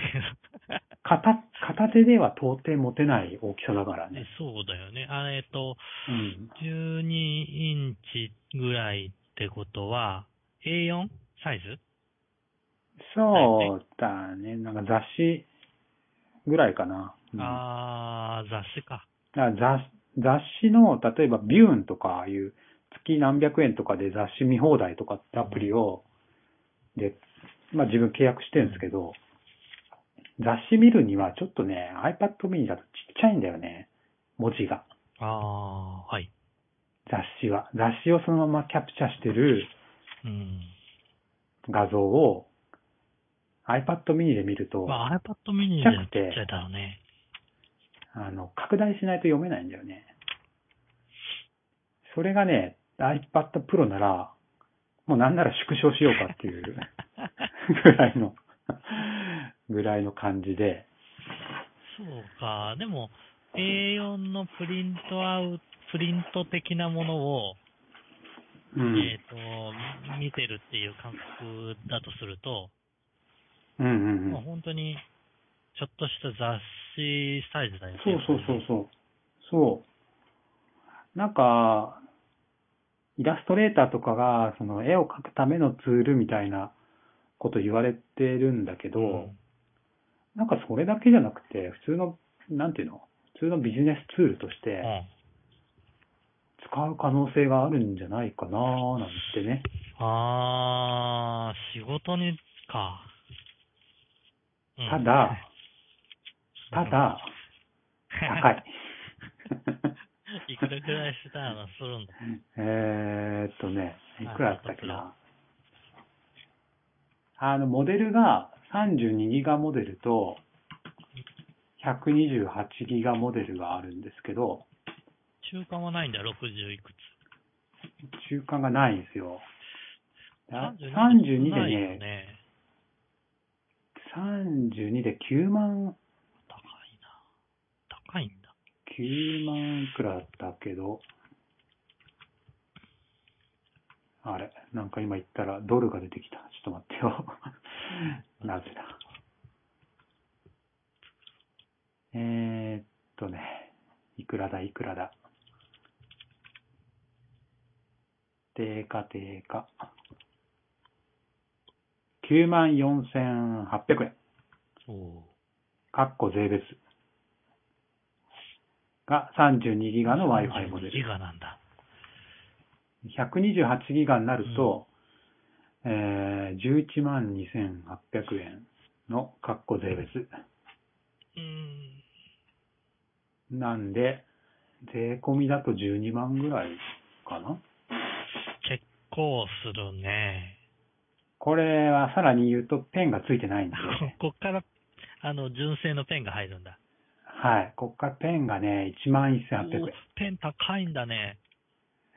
Speaker 2: けど。
Speaker 1: 片、片手では到底持てない大きさだから ね。
Speaker 2: そうだよね。あえーっと、
Speaker 1: うん。
Speaker 2: 12インチぐらいってことは、A4 サイズ
Speaker 1: そうだね。なんか雑誌ぐらいかな。うん、
Speaker 2: あー、雑誌か。
Speaker 1: だから雑雑誌の、例えばビューンとかああいう月何百円とかで雑誌見放題とかってアプリを、で、まあ自分契約してるんですけど、雑誌見るにはちょっとね、iPad mini だとちっちゃいんだよね。文字が。
Speaker 2: あー、はい。
Speaker 1: 雑誌は。雑誌をそのままキャプチャしてる
Speaker 2: うん。
Speaker 1: 画像を iPad mini で見ると、
Speaker 2: まあ、iPad
Speaker 1: ちっ
Speaker 2: mini でち
Speaker 1: ちゃく
Speaker 2: っち
Speaker 1: て
Speaker 2: ゃいだろうね。
Speaker 1: あの、拡大しないと読めないんだよね。それがね、iPad Pro なら、もうなんなら縮小しようか っていうぐらいの、ぐらいの感じで、
Speaker 2: そうか。でも、A4 のプリントアウト、プリント的なものを、
Speaker 1: うん、
Speaker 2: えっ、と、見てるっていう感覚だとすると、
Speaker 1: うんうんう
Speaker 2: まあ
Speaker 1: ん。
Speaker 2: 本当に、ちょっとした雑誌サイズだよね。
Speaker 1: そうそうそうそう。そう。なんか、イラストレーターとかが、その絵を描くためのツールみたいなこと言われてるんだけど、
Speaker 2: うん
Speaker 1: なんかそれだけじゃなくて、普通の、なんていうの普通のビジネスツールとし
Speaker 2: う
Speaker 1: て
Speaker 2: ん。
Speaker 1: 使う可能性があるんじゃないかなーなんてね。
Speaker 2: あー、仕事にか。うん
Speaker 1: ただ、た、だ、高い。
Speaker 2: いくらくらいしたらするんだ。
Speaker 1: えーっとね、いくらだったっけな。あの、モデルが32ギガモデルと128ギガモデルがあるんですけど、
Speaker 2: 中間はないんだ、60いくつ。
Speaker 1: 中間がないんですよ。あ
Speaker 2: 32
Speaker 1: 32で
Speaker 2: ないよ
Speaker 1: ね、
Speaker 2: ね。
Speaker 1: 32で9万、
Speaker 2: 高いな。高いんだ。
Speaker 1: 9万いくらだったけど、あれ、なんか今言ったらドルが出てきた。ちょっと待って よ。なぜだ。えー、っとね、いくらだ、いくらだ。定価、定価。9万4800円。
Speaker 2: お
Speaker 1: かっこ税別。が32ギガの Wi-Fi モデ
Speaker 2: ギ
Speaker 1: ル。
Speaker 2: ガなんだ。
Speaker 1: 128ギガになると、えー、11万2800円のかっこ税別。
Speaker 2: うーん。
Speaker 1: なんで、税込みだと12万ぐらいかな
Speaker 2: 結構するね。
Speaker 1: これはさらに言うとペンがついて ないんで、
Speaker 2: こっから、あの、純正のペンが入るんだ。
Speaker 1: はい。こっからペンがね、1万1800円
Speaker 2: お。ペン高いんだね。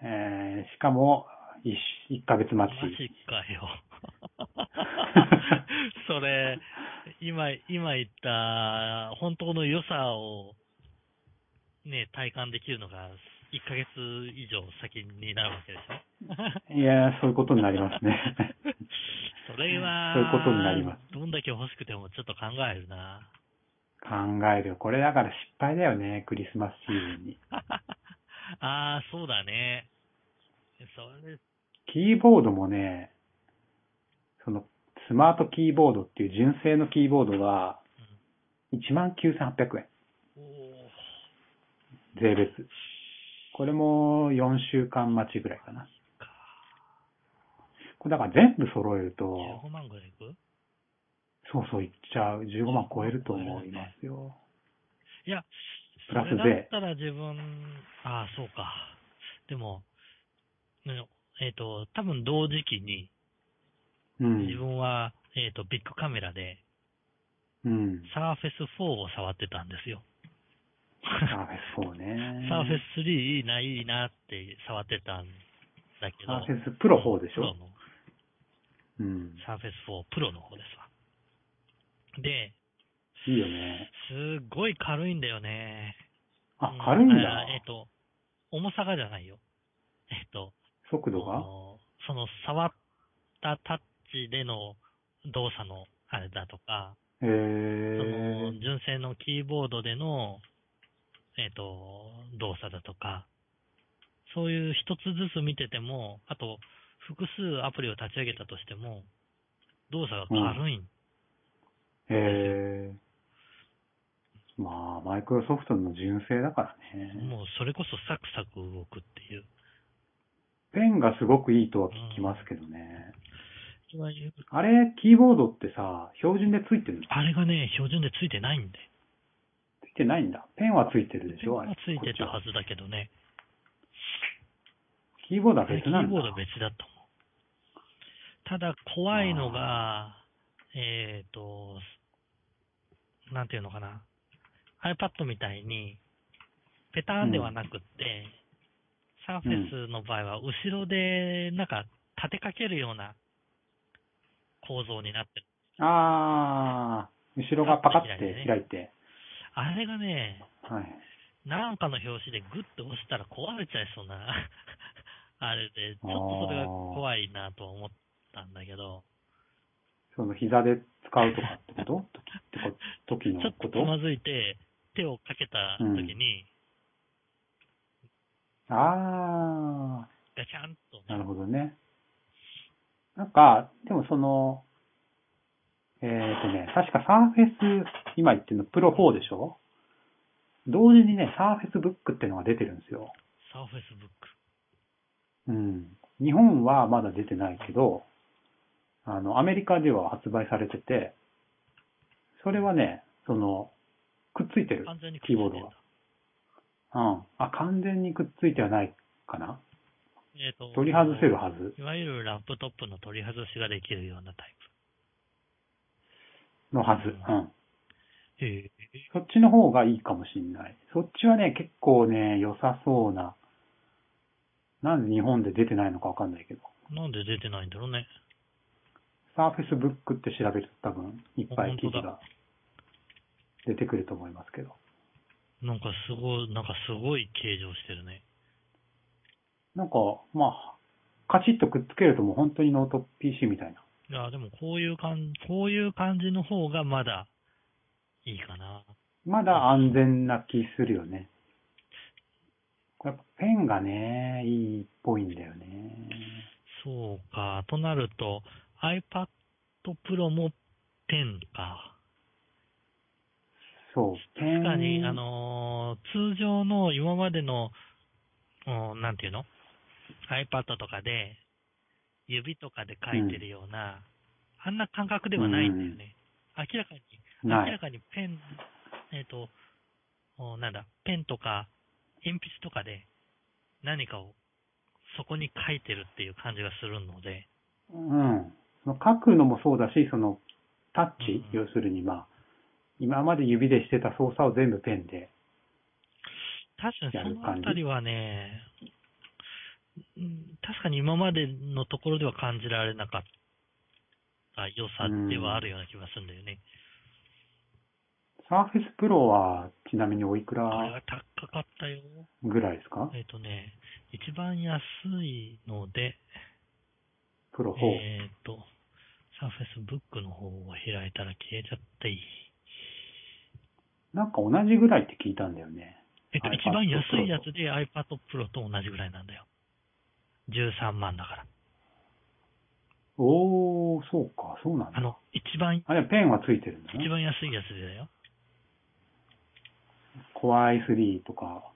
Speaker 1: えー、しかも1、一ヶ月
Speaker 2: マ
Speaker 1: 待
Speaker 2: ジ
Speaker 1: ち。
Speaker 2: かよ。 それ、今、今言った、本当の良さを、ね、体感できるのが、1ヶ月以上先になるわけでしょ
Speaker 1: いやー、そういうことになりますね。
Speaker 2: それは、。
Speaker 1: そういうことになります
Speaker 2: どんだけ欲しくてもちょっと考えるな。
Speaker 1: 考えるよ。これだから失敗だよね、クリスマスシーズンに。
Speaker 2: ああ、そうだね。それ、
Speaker 1: キーボードもね、その、スマートキーボードっていう純正のキーボードが、19,800円。
Speaker 2: おー
Speaker 1: 税別。これも4週間待ちぐらいかな。これだから全部揃えると、
Speaker 2: 15万ぐらいいく
Speaker 1: そうそういっちゃう。15万超えると思いますよ。
Speaker 2: いや、
Speaker 1: プラス
Speaker 2: そ
Speaker 1: で
Speaker 2: れだったら自分、ああ、そうか。でも、ねえっ、と、多分同時期に、
Speaker 1: う
Speaker 2: 自
Speaker 1: ん。
Speaker 2: 分は、えっ、と、ビッグカメラで、
Speaker 1: うん。
Speaker 2: サーフェス4を触ってたんですよ。
Speaker 1: あ、そうね。
Speaker 2: サーフェス3いいな、いいなって触ってたんだけど。
Speaker 1: サーフェスプロ方でし
Speaker 2: プロ
Speaker 1: ょ
Speaker 2: の、
Speaker 1: うん。
Speaker 2: サーフェス4プロの方ですわ。で、
Speaker 1: いいよね。
Speaker 2: すっごい軽いんだよね。
Speaker 1: あ
Speaker 2: う、
Speaker 1: 軽いんだ。
Speaker 2: あえっ、と、重さがじゃないよ。えっ、と、
Speaker 1: 速度
Speaker 2: あ
Speaker 1: が
Speaker 2: のその触ったタッチでの動作のあれだとか、
Speaker 1: へ
Speaker 2: そ
Speaker 1: え
Speaker 2: の。純正のキーボードでの、えっ、と、動作だとか、そういう一つずつ見てても、あと、複数アプリを立ち上げたとしても、動作が軽いん、
Speaker 1: へえ。まあ、マイクロソフトの純正だからね。
Speaker 2: もうそれこそサクサク動くっていう。
Speaker 1: ペンがすごくいいとは聞きますけどね。
Speaker 2: いわゆる
Speaker 1: あれ、キーボードってさ、標準でついてるの
Speaker 2: あれがね、標準でついてないんで。
Speaker 1: ついてないんだ。ペンはついてるでしょあれ。
Speaker 2: ついてたは
Speaker 1: こっ
Speaker 2: ずだけどね。
Speaker 1: ちはキーボードは
Speaker 2: キ
Speaker 1: 別
Speaker 2: ー
Speaker 1: なん
Speaker 2: ボ
Speaker 1: だ
Speaker 2: ード。は別だと思う。ただ、怖いのが、えっ、と、なんていうのかな。iPad みたいに、ペターンではなくって、サーフェスの場合は、後ろで、なんか、立てかけるような構造になってる。
Speaker 1: あー、後ろがパカって開いて。
Speaker 2: あれがね、
Speaker 1: はい。
Speaker 2: なんかの表紙でグッと押したら壊れちゃいそうな、 あれで、ちょっとそれが怖いなとは思ったんだけど、
Speaker 1: その膝で使うとかってことってこ時
Speaker 2: ち
Speaker 1: の
Speaker 2: ょっ
Speaker 1: ことと
Speaker 2: つまずいて、手をかけた時に、
Speaker 1: あ
Speaker 2: ガチャンと、
Speaker 1: ー、なるほどね。なんか、でもその、えっ、ー、とね、確かサーフェス、今言ってるのプロ4でしょ同時にね、サーフェスブックってのが出てるんですよ。
Speaker 2: サーフェスブッ
Speaker 1: う
Speaker 2: ク。
Speaker 1: ん。日本はまだ出てないけど、あの、アメリカでは発売されてて、それはね、その、くっついてる。
Speaker 2: 完全に
Speaker 1: キーボードがうん。あ、完全にくっついてはないかな。
Speaker 2: えっ、と、
Speaker 1: 取り外せるはず。
Speaker 2: いわゆるラップトップの取り外しができるようなタイ
Speaker 1: のはず。うん。
Speaker 2: プ。へえ
Speaker 1: そっちの方がいいかもしんない。そっちはね、結構ね、良さそうな。なんで日本で出てないのかわかんないけど。
Speaker 2: なんで出てないんだろうね。
Speaker 1: サーフェスブックって調べると多分、いっぱい記事
Speaker 2: 本当
Speaker 1: が出てくると思いますけど。
Speaker 2: なんかすごい、なんかすごい形状してるね。
Speaker 1: なんか、まあ、カチッとくっつけるともう本当にノート PC みたいな。
Speaker 2: いや、でもこういう感じ、こういう感じの方がまだいいかな。
Speaker 1: まだ安全な気するよね。やっぱペンがね、いいっぽいんだよね。
Speaker 2: そうか。となると、iPad Pro もペンか。
Speaker 1: そう、ペン。
Speaker 2: 確かに、あのー通常の今までの、うんなんていうの ?iPad とかで、指とかで書いてるような、あんな感覚ではないんだよね。明らかに、明
Speaker 1: ない
Speaker 2: らかにペン、えっ、と、おなんだ、ペンとか、鉛筆とかで何かをそこに書いてるっていう感じがするので、
Speaker 1: うん。その書くのもそうだし、そのタッチ、
Speaker 2: うん
Speaker 1: 要するにまあ、今まで指でしてた操作を全部ペンで。
Speaker 2: 確かにそ
Speaker 1: やる感
Speaker 2: の
Speaker 1: じ
Speaker 2: あたりはね、うん確かに今までのところでは感じられなかった良さではあるような気がするんだよね。
Speaker 1: サーフェスプロはちなみにおいく
Speaker 2: これ
Speaker 1: ら
Speaker 2: が高かったよ。
Speaker 1: ぐらいですか
Speaker 2: えっ、とね、一番安いので、
Speaker 1: プロ4。
Speaker 2: えっ、と、サーフェスブックの方を開いたら消えちゃっていい。
Speaker 1: なんか同じぐらいって聞いたんだよね。
Speaker 2: えっ、と、
Speaker 1: iPad
Speaker 2: 一番安いやつで iPad Pro と同じぐらいなんだよ。13万だから。
Speaker 1: おー、そうか、そうなん
Speaker 2: あ
Speaker 1: だ。
Speaker 2: の、一番、
Speaker 1: あ、でもペンはついてるんだ
Speaker 2: 一
Speaker 1: ね。
Speaker 2: 番安いやつでだよ。
Speaker 1: 怖い3とか。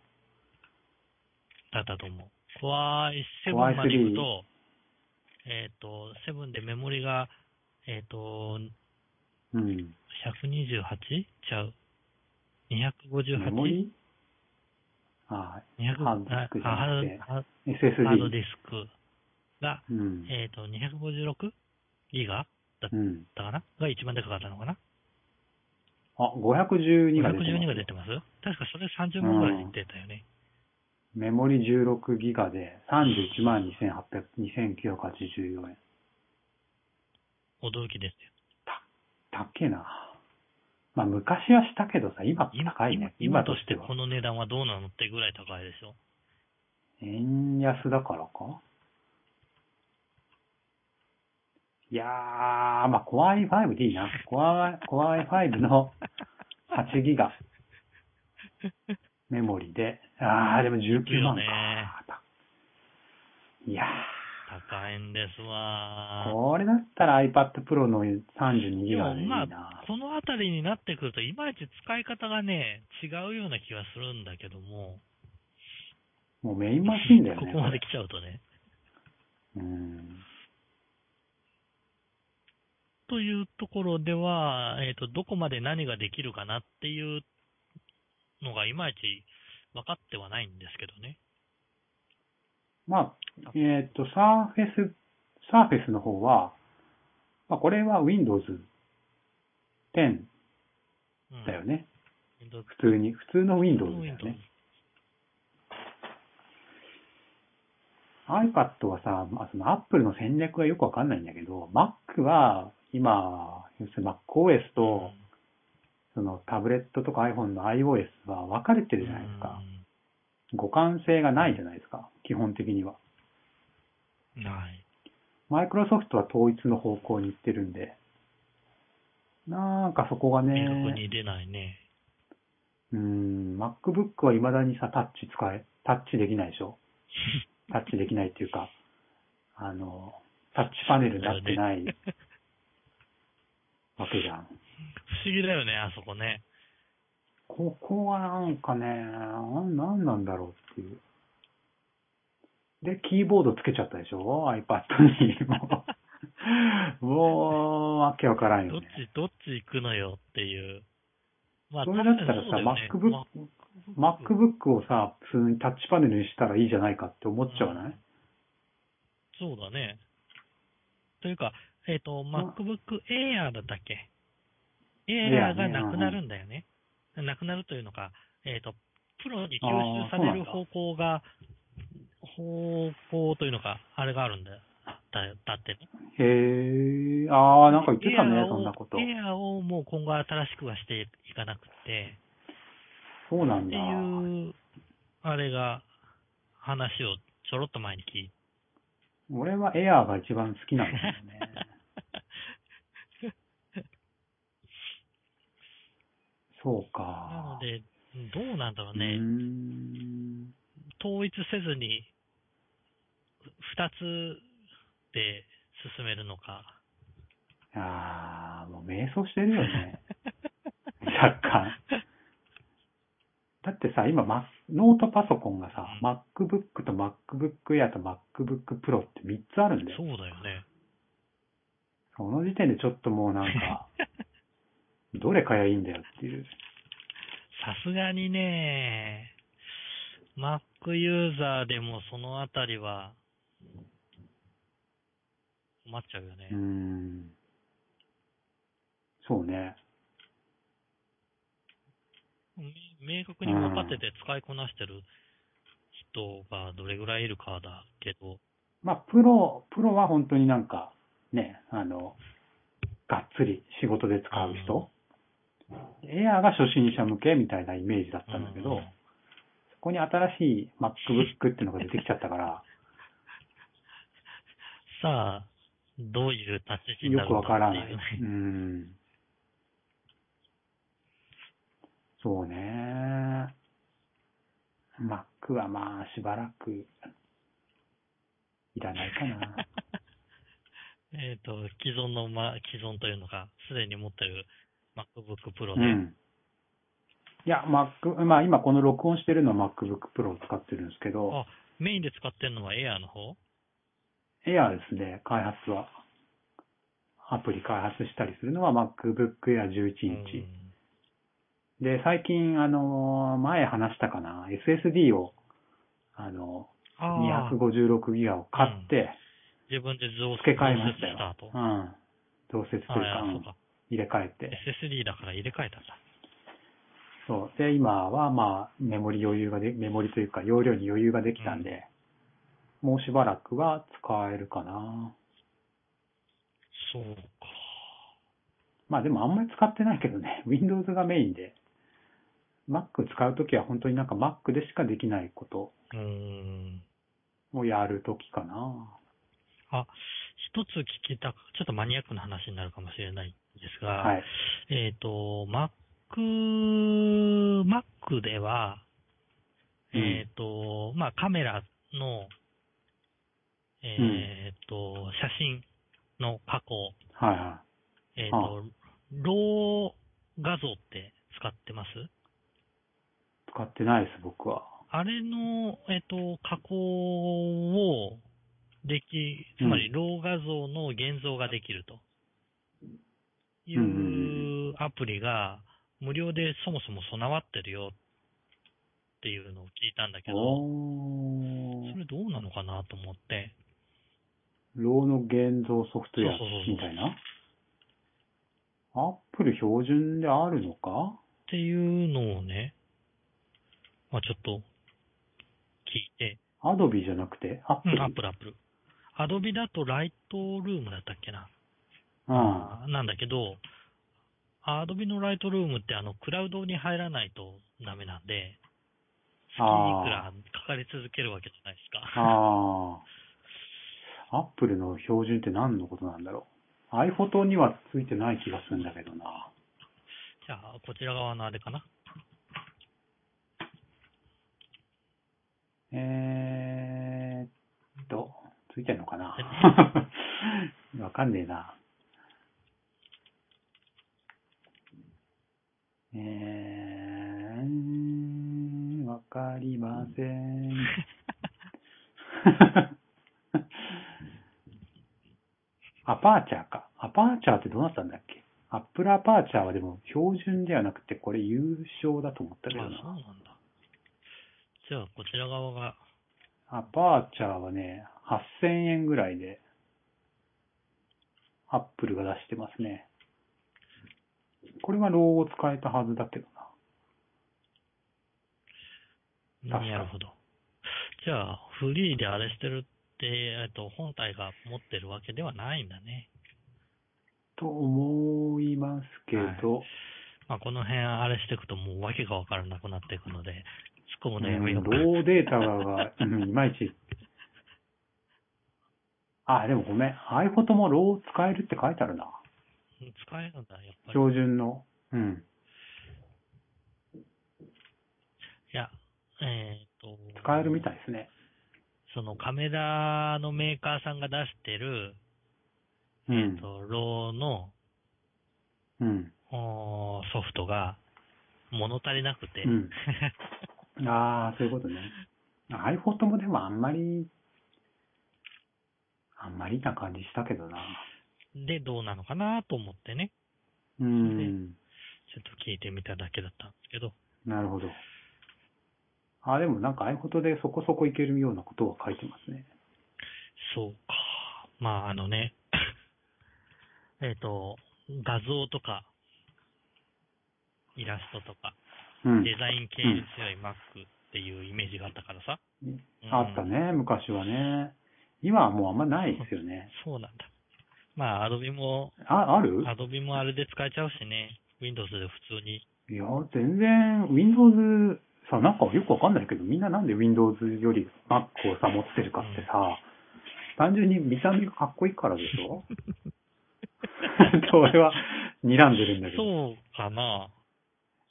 Speaker 2: だったと思う。怖いセブン
Speaker 1: Core
Speaker 2: まで行くと、えっ、と、セブンでメモリが、えっ、と、
Speaker 1: うん。
Speaker 2: 128? ちゃう。
Speaker 1: メモ
Speaker 2: 258?200
Speaker 1: リあ
Speaker 2: あ
Speaker 1: ハードディスクじゃ
Speaker 2: あハ
Speaker 1: な
Speaker 2: ー
Speaker 1: く
Speaker 2: ド
Speaker 1: て
Speaker 2: ハ
Speaker 1: ー、
Speaker 2: ードハード
Speaker 1: SSD。
Speaker 2: ディスクが、
Speaker 1: うん。
Speaker 2: えっ、と、256ギガだっ
Speaker 1: うん。
Speaker 2: たかなが一番でかかったのかな
Speaker 1: あ、512が出て
Speaker 2: 112
Speaker 1: ま
Speaker 2: が
Speaker 1: す。
Speaker 2: 出てます確かそれ30万ぐらい出たよね。
Speaker 1: メモリ16ギガで31万2800 2984円。
Speaker 2: 驚きですよ。
Speaker 1: たっけえな。まあ昔はしたけどさ、今高いね。
Speaker 2: 今
Speaker 1: 今
Speaker 2: と
Speaker 1: と
Speaker 2: し
Speaker 1: してて
Speaker 2: こ
Speaker 1: は。
Speaker 2: の値段はどうなのってぐらい高いでしょ。
Speaker 1: 円安だからかいやー、まあ Core i5 でいいな。Core Core i5 の8ギガメモリで。あー、でも19万
Speaker 2: いいよね
Speaker 1: か。いや
Speaker 2: 高いんです
Speaker 1: ー、
Speaker 2: わ。
Speaker 1: これだったら iPad Pro の32ギ
Speaker 2: で
Speaker 1: ガ
Speaker 2: も
Speaker 1: でいいな。
Speaker 2: まあ、このあたりになってくると、いまいち使い方がね、違うような気がするんだけども、
Speaker 1: もうメインマシンだよ
Speaker 2: こ
Speaker 1: ね。
Speaker 2: こまで来ちゃうとね。
Speaker 1: うん。
Speaker 2: というところでは、えっ、と、どこまで何ができるかなっていうのがいまいち分かってはないんですけどね。
Speaker 1: まあ、えっ、と、サーフェス、サーフェスの方は、まあ、これは Windows 10
Speaker 2: うん。
Speaker 1: だよね。
Speaker 2: Windows
Speaker 1: 普通に、普通の Windows だよ
Speaker 2: Windows
Speaker 1: ね。iPad はさ、まあ、その Apple の戦略がよくわかんないんだけど、Mac は今、要するに MacOS と、そのタブレットとか iPhone の iOS は分かれてるじゃないですか。互換性がないじゃないですか。基本的には。
Speaker 2: うんない。
Speaker 1: マイクロソフトは統一の方向に行ってるんで、なんかそこが
Speaker 2: 魅力
Speaker 1: ね、
Speaker 2: に出ないね。
Speaker 1: うーん、MacBook は未だにさ、タッチ使え、タッチできないでしょタッチできないっていうか、あの、タッチパネルになってないわけじゃん。
Speaker 2: 不思議だよね、あそこね。
Speaker 1: ここはなんかね、なんなんなんだろうっていう。で、キーボードつけちゃったでしょ ?iPad に。もう、もう、わけわからんよ
Speaker 2: どっ
Speaker 1: ね。
Speaker 2: ち、どっち行くのよっていう。ま
Speaker 1: それだったらさ、
Speaker 2: 確かにそうだよね
Speaker 1: MacBook、MacBook をさ、普通にタッチパネルにしたらいいじゃないかって思っちゃわない、
Speaker 2: そうだね。というか、えっ、と、MacBook Air だったっけ ?Air がなくなるんだよね。なくなるというのか、えっ、と、プロに吸収され
Speaker 1: あ
Speaker 2: る
Speaker 1: ーそう
Speaker 2: 方向が、方向というのか、あれがあるんだよ。だだってね。
Speaker 1: へえ、あー、なんか言ってたね
Speaker 2: Air、を
Speaker 1: そんなこと。
Speaker 2: Air をもう今後新しくはしていかなくて、
Speaker 1: そうな
Speaker 2: っ
Speaker 1: ん
Speaker 2: て
Speaker 1: だ。
Speaker 2: いう、あれが、話をちょろっと前に聞いて、
Speaker 1: 俺は Air が一番好きなんだよ ね。そう
Speaker 2: なの
Speaker 1: か。
Speaker 2: で、どうなんだろうね。
Speaker 1: うーん
Speaker 2: 統一せずに、二つで進めるのか。
Speaker 1: あー、もう迷走してるよね。 若干。だってさ、今、マノートパソコンがさ、MacBook と MacBook Air と MacBook Pro って3つあるんだよ
Speaker 2: そう。だよね。
Speaker 1: その時点でちょっともうなん か、どれ買えばいいんだよっていう。
Speaker 2: さすがにね、Mac ユーザーでもそのあたりは、困っちゃうよね
Speaker 1: うー。ん。そうね。
Speaker 2: 明明確に分かってて使いこなしてる人がどれぐらいいるかだけど、
Speaker 1: まあ、プロ、プロは本当になんか、ね、あの、がっつり仕事で使う人。エアーが初心者向けみたいなイメージだったんだけ
Speaker 2: う
Speaker 1: ど
Speaker 2: ん、
Speaker 1: そこに新しい MacBook っていうのが出てきちゃったから、
Speaker 2: さあ、どういう立ち位置にな
Speaker 1: よ
Speaker 2: る
Speaker 1: く
Speaker 2: の
Speaker 1: わ
Speaker 2: か
Speaker 1: から
Speaker 2: って
Speaker 1: ないい。
Speaker 2: う
Speaker 1: う
Speaker 2: ね。
Speaker 1: ん。そうね。Mac はまあしばらくいらないかな。
Speaker 2: えっ、と、既存の、ま、既存というのか、すでに持ってる MacBook Pro
Speaker 1: う
Speaker 2: で、
Speaker 1: ん。いや、Mac、まあ今この録音してるのは MacBook Pro を使ってるんですけど、
Speaker 2: あ、メインで使ってるのは Air の方
Speaker 1: Air ですね、開発は。アプリ開発したりするのは MacBook Air 11インチ。で、最近、あのー、前話したかな、SSD を、あのー、
Speaker 2: ああ、
Speaker 1: 256ギガを買って、
Speaker 2: 自分で増
Speaker 1: 付け替えましたよ
Speaker 2: 増設したと。
Speaker 1: うん。増設という
Speaker 2: あ
Speaker 1: か、
Speaker 2: あ、
Speaker 1: う
Speaker 2: そうんか。
Speaker 1: 入れ替えて。
Speaker 2: SSD だから入れ替えたんだ。
Speaker 1: そう。で、今はまあ、メモリ余裕がで、メモリというか容量に余裕ができたんで、もうしばらくは使えるかな。
Speaker 2: そうか。
Speaker 1: まあでもあんまり使ってないけどね、Windows がメインで、Mac 使うときは本当になんか Mac でしかできないこと
Speaker 2: うーん。
Speaker 1: をやるときかな。
Speaker 2: あ、一つ聞きた、ちょっとマニアックな話になるかもしれないんですが、
Speaker 1: はい。
Speaker 2: えっ、と、Mac、Mac では、
Speaker 1: うん
Speaker 2: えっ、と、まあ、カメラの、えっ、と、写真の加工、
Speaker 1: はいは
Speaker 2: えっ、と、ロー画像って使ってます
Speaker 1: い。使ってないです、僕は。
Speaker 2: あれの、えっ、と、加工をでき、つまり、ロー画像の現像ができると。い
Speaker 1: うん
Speaker 2: うアプリが、無料でそもそも備わってるよっていうのを聞いたんだけど、
Speaker 1: お
Speaker 2: それどうなのかなと思って、
Speaker 1: ローの現像ソフトウェア
Speaker 2: そうそうそうそう
Speaker 1: みたいな。アップル標準であるのか
Speaker 2: っていうのをね、まあちょっと、聞いて、
Speaker 1: アドビーじゃなくて、アップ
Speaker 2: う
Speaker 1: ル。
Speaker 2: ん、アップルアップル。アドビだとライトルームだったっけな。
Speaker 1: うん。
Speaker 2: なんだけど、アドビのライトルームってあの、クラウドに入らないとダメなんで、月いくらかかり続けるわけじゃないですか。
Speaker 1: ああ。アップルの標準って何のことなんだろう。iPhoto にはついてない気がするんだけどな。
Speaker 2: じゃあ、こちら側のあれかな。
Speaker 1: えーっと、ついてんのかな わかんねえな。えー、わかりません。アパーチャーか。アパーチャーってどうなったんだっけアップルアパーチャーはでも標準ではなくてこれ優勝だと思ったけど
Speaker 2: あ、
Speaker 1: な。
Speaker 2: そうなんだ。じゃあ、こちら側が、
Speaker 1: アパーチャーはね、8000円ぐらいで、アップルが出してますね。これはローを使えたはずだけどな。確かに
Speaker 2: なるほど。じゃあ、フリーであれしてるって、えっと、本体が持ってるわけではないんだね。
Speaker 1: と思いますけど、
Speaker 2: まあ、この辺あれしていくともう訳がわからなくなっていくので、突っ込むのや
Speaker 1: う
Speaker 2: めよ
Speaker 1: ん
Speaker 2: うか。
Speaker 1: ローデータが、うんいまいち。あ、でもごめん。iPhone もロー使えるって書いてあるな。
Speaker 2: 使えるんだ、やっぱり。
Speaker 1: 標準の。うん。
Speaker 2: いや、えっ、と。
Speaker 1: 使えるみたいですね。
Speaker 2: そのカメラのメーカーさんが出してる、
Speaker 1: う
Speaker 2: え
Speaker 1: ん
Speaker 2: っ。とローの
Speaker 1: うん。
Speaker 2: おーソフトが物足りなくて、
Speaker 1: うんああ、そういうことね。iPhone もでもあんまり、あんまりな感じしたけどな。
Speaker 2: で、どうなのかなと思ってね、
Speaker 1: う
Speaker 2: うん
Speaker 1: ん。
Speaker 2: ちょっと聞いてみただけだったんですけど、
Speaker 1: なるほど。あーでもなんか iPhone でそこそこいけるようなことは書いてますね。
Speaker 2: そうか。まあ、あのね、 えっと、画像とか、イラストとか、
Speaker 1: うん
Speaker 2: デ。ザイン系に強い Mac っていうイメージがあったからさ。
Speaker 1: うん
Speaker 2: うん
Speaker 1: あったね、昔はね。今はもうあんまないですよね。
Speaker 2: そうなんだ。まあ、アドビも、
Speaker 1: あ、ある
Speaker 2: アドビもあれで使えちゃうしね。Windows で普通に。
Speaker 1: いや、全然 Windows さ、なんかよくわかんないけど、みんななんで Windows より Mac をさ、持ってるかってさ、単純に見た目がかっこいいからでしょと俺は睨んでるんだけど。
Speaker 2: そうかな。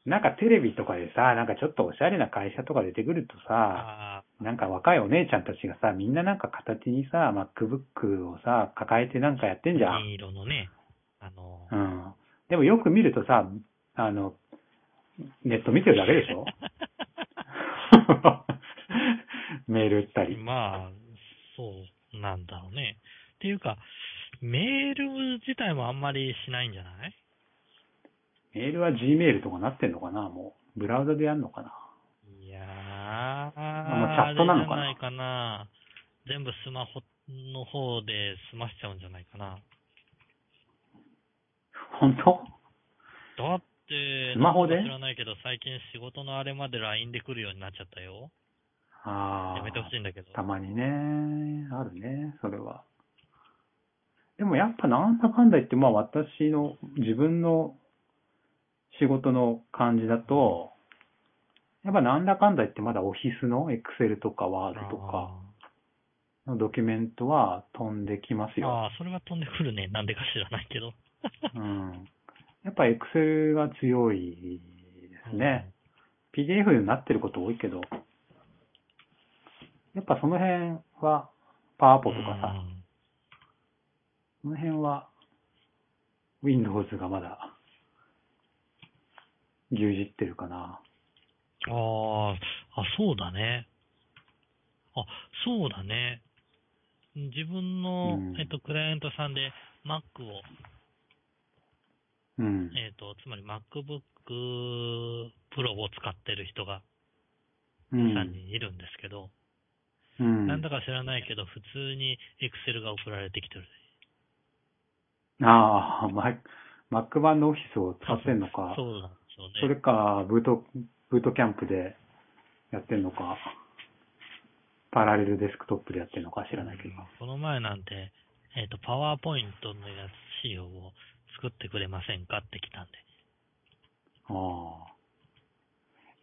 Speaker 1: なんかテレビとかでさ、なんかちょっとおしゃれな会社とか出てくるとさ、
Speaker 2: あ
Speaker 1: なんか若いお姉ちゃんたちがさ、みんななんか形にさ、MacBook をさ、抱えてなんかやってんじゃん。
Speaker 2: 金色のね、あの、
Speaker 1: うん。でもよく見るとさ、あの、ネット見てるだけでしょ メール打ったり。
Speaker 2: まあ、そうなんだろうね。っていうか、メール自体もあんまりしないんじゃない
Speaker 1: メールは Gmail とかなってんのかなもう。ブラウザでやんのかない
Speaker 2: やー、
Speaker 1: もうチャットなのかな
Speaker 2: あれじゃないかな。全部スマホの方で済ましちゃうんじゃないかな。
Speaker 1: 本当
Speaker 2: だって、って、
Speaker 1: スマホで
Speaker 2: なんか知らないけど、最近仕事のあれまで LINE で来るようになっちゃったよ。
Speaker 1: ああ。
Speaker 2: やめてほしいんだけど。
Speaker 1: たまにね、あるね、それは。でもやっぱなんだかんだ言って、まあ私の自分の仕事の感じだと、やっぱなんだかんだ言ってまだオフィスの Excel とか
Speaker 2: あ
Speaker 1: Word とかのドキュメントは飛んできます
Speaker 2: ー。
Speaker 1: よ。
Speaker 2: あーそれは飛んでくるね。なんでか知らないけど。
Speaker 1: うん。やっぱ Excel が強いですね。PDF になってること多いけど、やっぱその辺はパワ
Speaker 2: うん。
Speaker 1: ポとかさ、
Speaker 2: うん
Speaker 1: この辺は、Windows がまだ、牛耳ってるかな。
Speaker 2: ああ、あ、そうだね。あ、そうだね。自分の、
Speaker 1: うん
Speaker 2: えっと、クライアントさんで Mac を、
Speaker 1: うん。
Speaker 2: えっと、つまり MacBook Pro を使ってる人が
Speaker 1: う
Speaker 2: 3
Speaker 1: ん。
Speaker 2: 人いるんですけど、
Speaker 1: うん。
Speaker 2: なんだか知らないけど、普通に Excel が送られてきてる。
Speaker 1: ああ、Mac、Mac 版のオフィスを使ってんのか。
Speaker 2: そうなんですよね。
Speaker 1: それか、ブート、ブートキャンプでやってんのか、パラレルデスクトップでやってんのか知らないけど。
Speaker 2: この前なんて、えっ、と、パワーポイントのやつ仕様を作ってくれませんかって来たんで。
Speaker 1: ああ。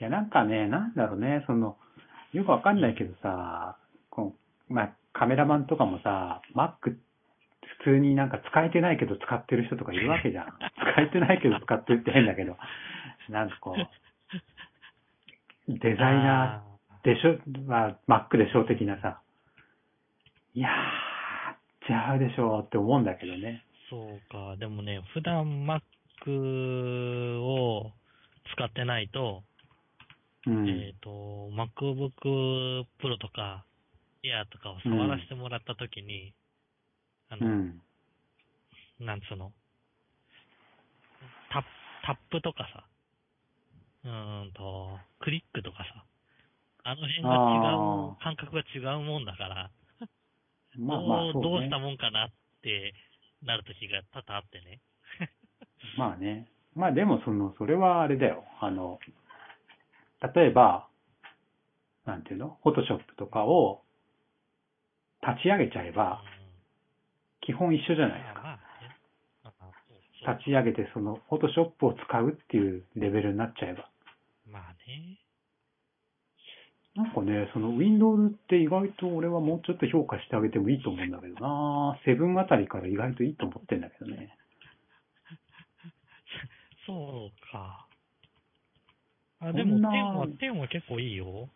Speaker 1: いや、なんかね、なんだろうね、その、よくわかんないけどさ、こう、まあ、カメラマンとかもさ、Mac、普通になんか使えてないけど使ってる人とかいるわけじゃん。使えてないけど使ってるって変だけど、なんかこう、デ
Speaker 2: デ
Speaker 1: ザイナーでしょ、まあ、Mac でしょ的なさ、いやー、違うでしょって思うんだけどね。
Speaker 2: そうか。でもね、普段 Mac を使ってないと、
Speaker 1: うん。
Speaker 2: えっ、と、MacBook Pro とか、Air とかを触らせてもらったときに、
Speaker 1: う
Speaker 2: あの、
Speaker 1: ん。
Speaker 2: なんつうの、タップ、タップとかさ、うーんと、クリックとかさ、あの辺が違
Speaker 1: あ
Speaker 2: う、感覚が違うもんだから、
Speaker 1: まあまあ、
Speaker 2: どう
Speaker 1: そ
Speaker 2: ど
Speaker 1: う
Speaker 2: う
Speaker 1: ね
Speaker 2: した。もんかなってなるときが多々あってね。
Speaker 1: まあね。まあでもその、それはあれだよ。あの、例えば、なんていうのフォトショップとかを立ち上げちゃえば、
Speaker 2: う
Speaker 1: 基本一緒じゃ
Speaker 2: ん、
Speaker 1: ないいで
Speaker 2: や
Speaker 1: すか。
Speaker 2: まあねあそうそう
Speaker 1: 立ち上げてそのフォトショップを使うっていうレベルになっちゃえば。
Speaker 2: まあね。
Speaker 1: なんかね、その Windows って意外と俺はもうちょっと評価してあげてもいいと思うんだけどなセブンあたりから意外といいと思ってんだけどね。
Speaker 2: そうか。あ、でも
Speaker 1: そんな
Speaker 2: 10は、10は結構いいよ。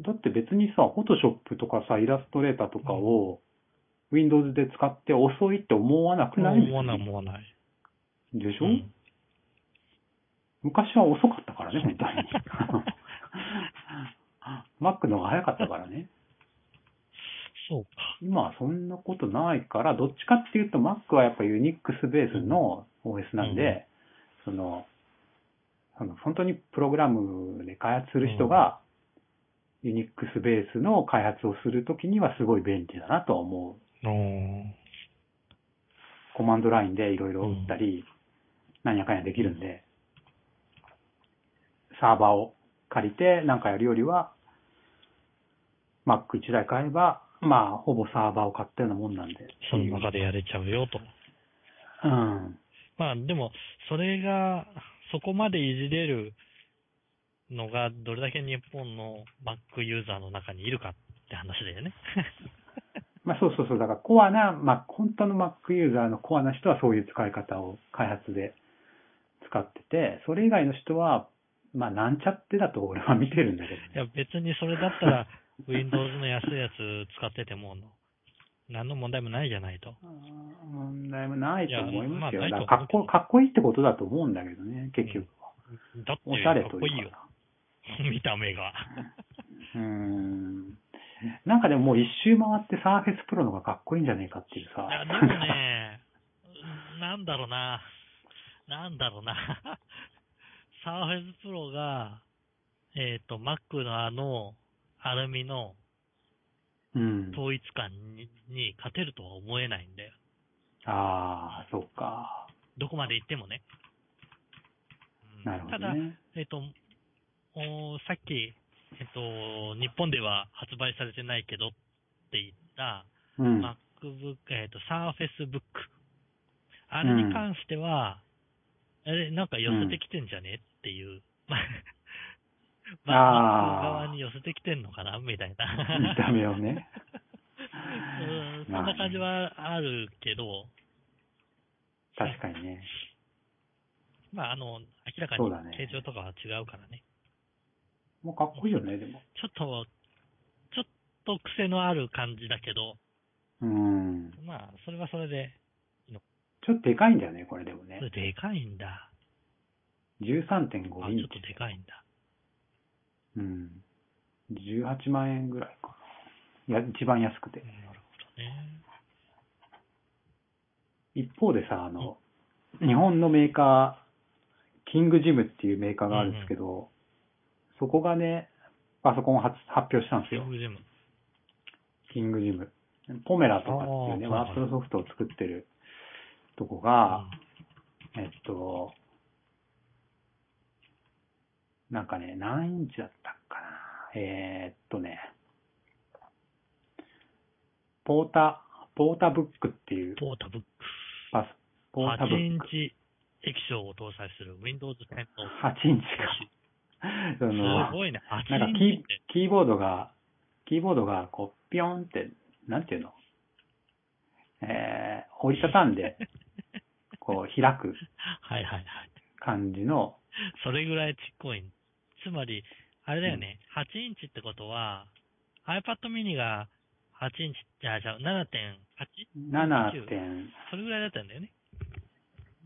Speaker 1: だって別にさ、フォトショップとかさ、イラストレーターとかを Windows で使って遅いって思わなくない
Speaker 2: 思わない思わない。
Speaker 1: でしょ、
Speaker 2: うん
Speaker 1: 昔は遅かったからね、本当に。Mac の方が早かったからね。
Speaker 2: そうか。
Speaker 1: 今はそんなことないから、どっちかっていうと Mac はやっぱ Unix ベースの OS なんで、その、あの本当にプログラムで開発する人が、Unix ベースの開発をするときにはすごい便利だなとは思う。
Speaker 2: うん。
Speaker 1: コマンドラインでいろいろ打ったり、なんやかんやできるんで、サーバーを借りてなんかやるよりは、Mac1 台買えば、まあ、ほぼサーバーを買ったようなもんなんで。
Speaker 2: その中でやれちゃうよと。
Speaker 1: うん。
Speaker 2: まあでも、それが、そこまでいじれるのが、どれだけ日本の Mac ユーザーの中にいるかって話だ よね。
Speaker 1: まあ、そうそうそう。だから、コアな、まあ、本当の Mac ユーザーのコアな人はそういう使い方を開発で使ってて、それ以外の人は、まあ、なんちゃってだと俺は見てるんだけどね。
Speaker 2: いや別にそれだったら、Windows の安いやつ使ってても、何の問題もないじゃないと。
Speaker 1: 問題もないと思いますよ。
Speaker 2: いやまあ
Speaker 1: だからかっこ
Speaker 2: ないと思うけど
Speaker 1: かっこいいってことだと思うんだけどね、結局は。
Speaker 2: だって、
Speaker 1: おしゃれ
Speaker 2: かっ
Speaker 1: と
Speaker 2: こ
Speaker 1: い
Speaker 2: いいうよ
Speaker 1: か。
Speaker 2: 見た 目が。
Speaker 1: な。うん。なんかでももう一周回ってサーフェスプロの方がかっこいいんじゃねえかっていうさ。
Speaker 2: いや、でもね、なんだろうな、なんだろうな、サーフェスプロが、えっ、と、Mac のあの、アルミの
Speaker 1: うん。
Speaker 2: 統一感にに勝てるとは思えないんだよ。
Speaker 1: ああ、そっか。
Speaker 2: どこまで行ってもね。うん
Speaker 1: なるほ
Speaker 2: た
Speaker 1: ど
Speaker 2: だ、
Speaker 1: ね。
Speaker 2: えっ、と、おーさっき、えっ、と、日本では発売されてないけどって言った、
Speaker 1: うん。
Speaker 2: MacBook、えっ、と、Surface Book。あ
Speaker 1: う
Speaker 2: れ
Speaker 1: ん
Speaker 2: に関しては、あれ、なんか寄せてきてんじゃねっていう。まあ、
Speaker 1: あー
Speaker 2: Mac 側に寄せてきてんのかなみたい
Speaker 1: 見
Speaker 2: な。
Speaker 1: た目をね。
Speaker 2: うん、そ
Speaker 1: まあ
Speaker 2: ん
Speaker 1: ね
Speaker 2: な感じはあるけど、
Speaker 1: 確かにね。
Speaker 2: まあ、あの、明らか
Speaker 1: そ
Speaker 2: に
Speaker 1: うだね
Speaker 2: 形状とかは違うからね。
Speaker 1: もうかっこいいよね、でも。
Speaker 2: ちょっと、ちょっと癖のある感じだけど、
Speaker 1: うん。
Speaker 2: まあ、それはそれで、
Speaker 1: ちょっとでかいんだよね、これでもね
Speaker 2: こ。れでかいんだ。あ、
Speaker 1: 13.5イ
Speaker 2: ちょ
Speaker 1: ン
Speaker 2: っと
Speaker 1: チ。
Speaker 2: でかいんだ。
Speaker 1: うん。18万円ぐらいかな。や、一番安く
Speaker 2: う
Speaker 1: て
Speaker 2: ん。なるほどね。
Speaker 1: 一方でさ、あの、日本のメーカー、キングジムっていうメーカーがあるんですけど、そこがね、パソコンを発発表したんです
Speaker 2: キ
Speaker 1: よ
Speaker 2: ン。グジム。
Speaker 1: キングジム。ポメラとかっていうね、
Speaker 2: あーはいはい
Speaker 1: ワープロソフトを作ってるとこが、えっと、なんかね、何インチだったかな。えーっとね、ポータ、ポータブックっていう
Speaker 2: ポータブック。
Speaker 1: パス、ポータブ
Speaker 2: 8イ
Speaker 1: ッ
Speaker 2: ン
Speaker 1: ク。
Speaker 2: チ液晶を搭載する Windows 10の。
Speaker 1: 8インチか。その
Speaker 2: す、ごいね。8
Speaker 1: なんか
Speaker 2: イン
Speaker 1: キ
Speaker 2: チ
Speaker 1: ー
Speaker 2: って。
Speaker 1: キーボードが、キーボードがこう、ピョンって、なんていうのえー、折りたたん で、こう、開く
Speaker 2: はいはいはい。
Speaker 1: 感じの、
Speaker 2: それぐらいちっこい。つまり、あれだよね。8インチってことは、iPad mini が8インチ、じゃあ、じゃあ 7.8?
Speaker 1: 7.7
Speaker 2: それぐらいだったんだよね。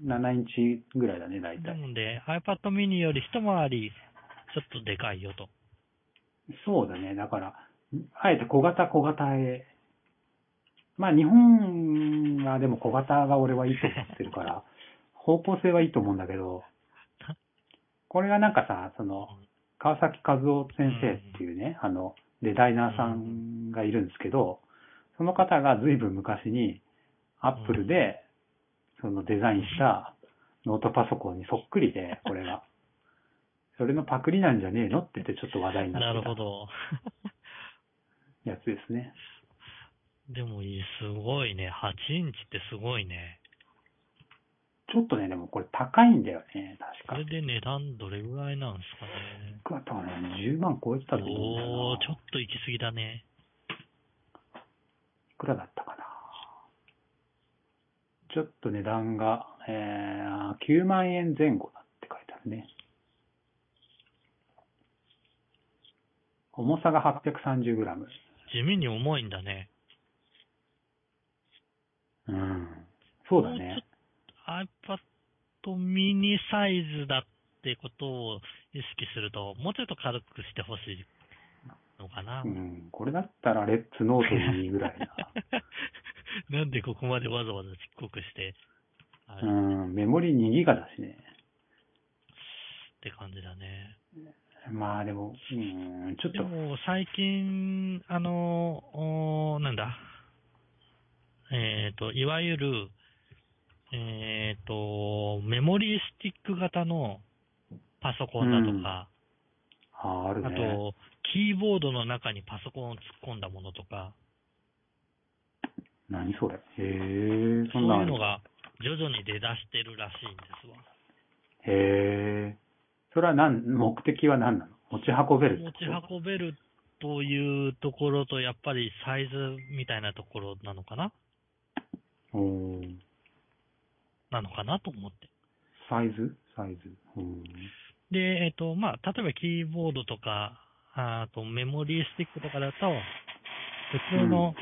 Speaker 1: インチぐらいだね、大
Speaker 2: な
Speaker 1: 体。
Speaker 2: ので、iPad mini より一回り、ちょっとでかいよと。
Speaker 1: そうだね、だから、あえて小型小型へ。まあ、日本はでも小型が俺はいいと思ってるから、方向性はいいと思うんだけど、これがなんかさ、その、川崎和夫先生っていうね、あの、デザイナーさんがいるんですけど、その方が随分昔に、アップルで、そのデザインしたノートパソコンにそっくり で、これが。それのパクリなんじゃねえのって言ってちょっと話題に
Speaker 2: な
Speaker 1: な
Speaker 2: る
Speaker 1: って
Speaker 2: ほど。
Speaker 1: たやつですね。
Speaker 2: でもいい、すごいね。8インチってすごいね。
Speaker 1: ちょっとね、でもこれ高いんだよね、
Speaker 2: こ
Speaker 1: 確
Speaker 2: れ
Speaker 1: か。
Speaker 2: で値段どれぐらいなんですかね。
Speaker 1: 僕は多分ね、10万超えてたと思うんだよな
Speaker 2: おー、ちょっと行き過ぎだね。
Speaker 1: いくらだったかな。ちょっと値段が、えー、9万円前後だって書いてあるね。重さが 830g。
Speaker 2: 地味に重いんだね。
Speaker 1: うん。そうだね。
Speaker 2: iPad mini サイズだってことを意識すると、もうちょっと軽くしてほしいのかな。
Speaker 1: うん。これだったらレッツノートにいいぐらいな。
Speaker 2: なんでここまでわざわざちっこくして、あれ
Speaker 1: う
Speaker 2: っ
Speaker 1: ん。メモリ2ギガだしね。
Speaker 2: て感じだね。
Speaker 1: まあでも、うん、ちょっ
Speaker 2: で
Speaker 1: と、
Speaker 2: も最近、あの、おーなんだ、えっ、と、いわゆる、えっ、と、メモリースティック型のパソコンだとか、
Speaker 1: あーある
Speaker 2: あ
Speaker 1: ね。
Speaker 2: と、キーボードの中にパソコンを突っ込んだものとか、
Speaker 1: 何それ。へえ、
Speaker 2: そ
Speaker 1: そう
Speaker 2: い
Speaker 1: んなあ
Speaker 2: う
Speaker 1: る
Speaker 2: のが徐々に出だしてるらしいんですわ。
Speaker 1: へえ。それは何、目的は何なの持ち運べるって
Speaker 2: 持
Speaker 1: こ
Speaker 2: ち
Speaker 1: と
Speaker 2: 運べるというところと、やっぱりサイズみたいなところなのかな
Speaker 1: おー
Speaker 2: なのかなと思って。
Speaker 1: サイズサイズ。うーん
Speaker 2: で、えっ、と、まあ、例えばキーボードとか、ああとメモリースティックとかだと、普通
Speaker 1: う
Speaker 2: の、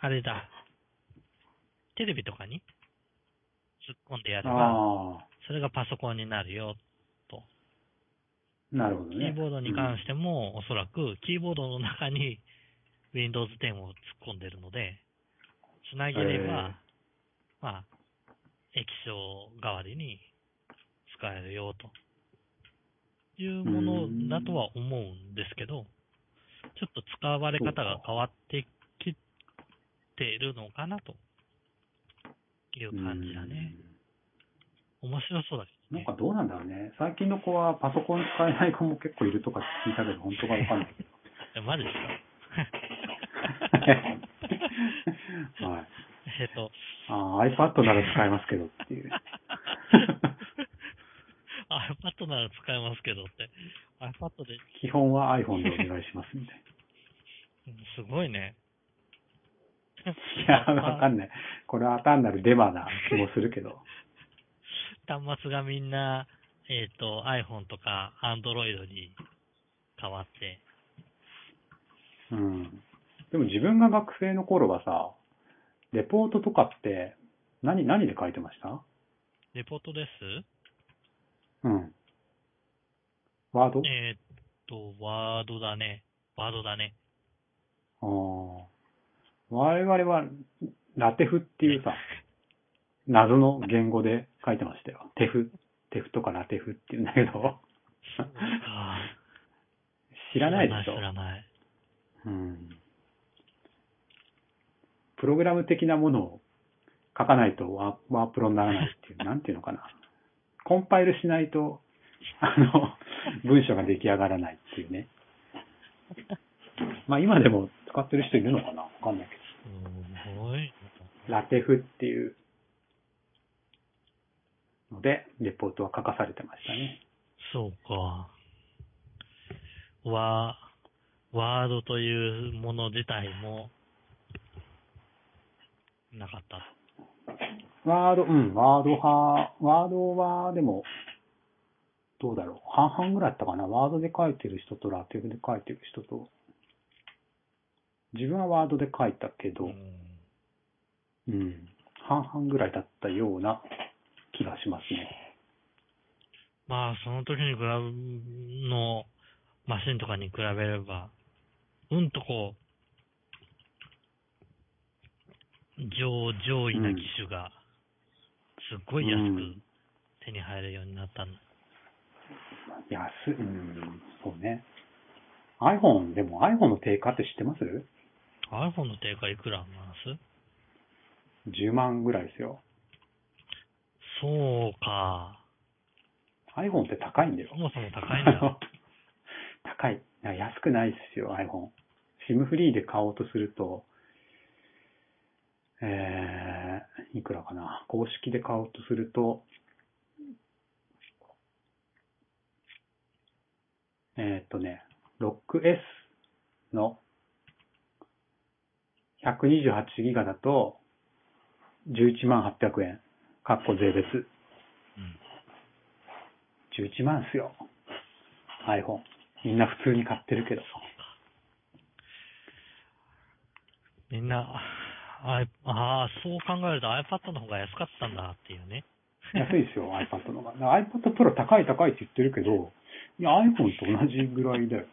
Speaker 2: あれだ、テレビとかに突っ込んでやれば、
Speaker 1: あ
Speaker 2: それがパソコンになるよ。
Speaker 1: あ、なるほど
Speaker 2: キ
Speaker 1: ね。
Speaker 2: ーボードに関しても、おそらく、キーボードの中に Windows 10を突っ込んでるので、つなげれば、
Speaker 1: へえ
Speaker 2: まあ、液晶代わりに使えるよというものだとは思うんですけど、ちょっと使われ方が変わってきてるのかなという
Speaker 1: うん
Speaker 2: 感じだね。面白そうだけ
Speaker 1: なんかどうなんだろうね。最近の子はパソコン使えない子も結構いるとか聞いたけど、本当かわかんないけど。
Speaker 2: えマジです か
Speaker 1: はい。
Speaker 2: えっと、
Speaker 1: ああ、iPad なら使えますけどっていう。
Speaker 2: iPad なら使えますけどって。iPad で、
Speaker 1: 基本は iPhone でお願いしますみたい
Speaker 2: うんすごいね。
Speaker 1: な。いや、わかんない。これは単なるデマな気もするけど。
Speaker 2: 端末がみんな、えっ、と、iPhone とか Android に変わって、
Speaker 1: うん。でも自分が学生の頃はさ、レポートとかって何、何で書いてました
Speaker 2: レポートです
Speaker 1: うん。ワード
Speaker 2: えっ、と、ワードだね。ワードだね。
Speaker 1: ああ。我々は、ラテフっていうさ、謎の言語で書いてましたよ。テフ、テフとかラテフっていうんだけど、
Speaker 2: あー
Speaker 1: 知らないでしょ
Speaker 2: 知。らない。
Speaker 1: うん。プログラム的なものを書かないとワワープロにならないっていう、なんていうのかな。コンパイルしないと、あの、文章が出来上がらないっていうね。まあ今でも使ってる人いるのかなわかんないけど。
Speaker 2: すごい。
Speaker 1: ラテフっていうので、レポートは書かされてましたね。
Speaker 2: そうか。ワー、ワードというもの自体も、なかった。
Speaker 1: ワード、うん、ワード派、ワードは、でも、どうだろう。半々ぐらいだったかな。ワードで書いてる人とラテフで書いてる人と。自分はワードで書いたけど、
Speaker 2: ん
Speaker 1: うん、半々ぐらいだったような気がしますね。
Speaker 2: まあ、その時に比べ、の、マシンとかに比べれば、うんとこう、上、上位な機種が、すっごい安
Speaker 1: う
Speaker 2: く
Speaker 1: ん
Speaker 2: 手に入るようになったの。
Speaker 1: 安、うん、そうね。iPhone、でも iPhone の定価って知ってます
Speaker 2: iPhone の定価いくらなんです
Speaker 1: ?10 万ぐらいですよ。
Speaker 2: そ うか。
Speaker 1: iPhone って高いんだよ
Speaker 2: そ。もそも高いんだ。
Speaker 1: 高い。な安くないですよ、iPhone。SIM フリーで買おうとすると、えー、いくらかな。公式で買おうとすると、えーっとね、6S の 128GB だと11万800円。かっこ税別。
Speaker 2: うん
Speaker 1: 11万っすよ。iPhone。みんな普通に買ってるけど。
Speaker 2: みんな、あいああ、そう考えると iPad の方が安かったんだってい うね。
Speaker 1: 安いですよ、iPad のが。だから iPad Pro 高い高いって言ってるけど、いや、iPhone と同じぐらいだよ。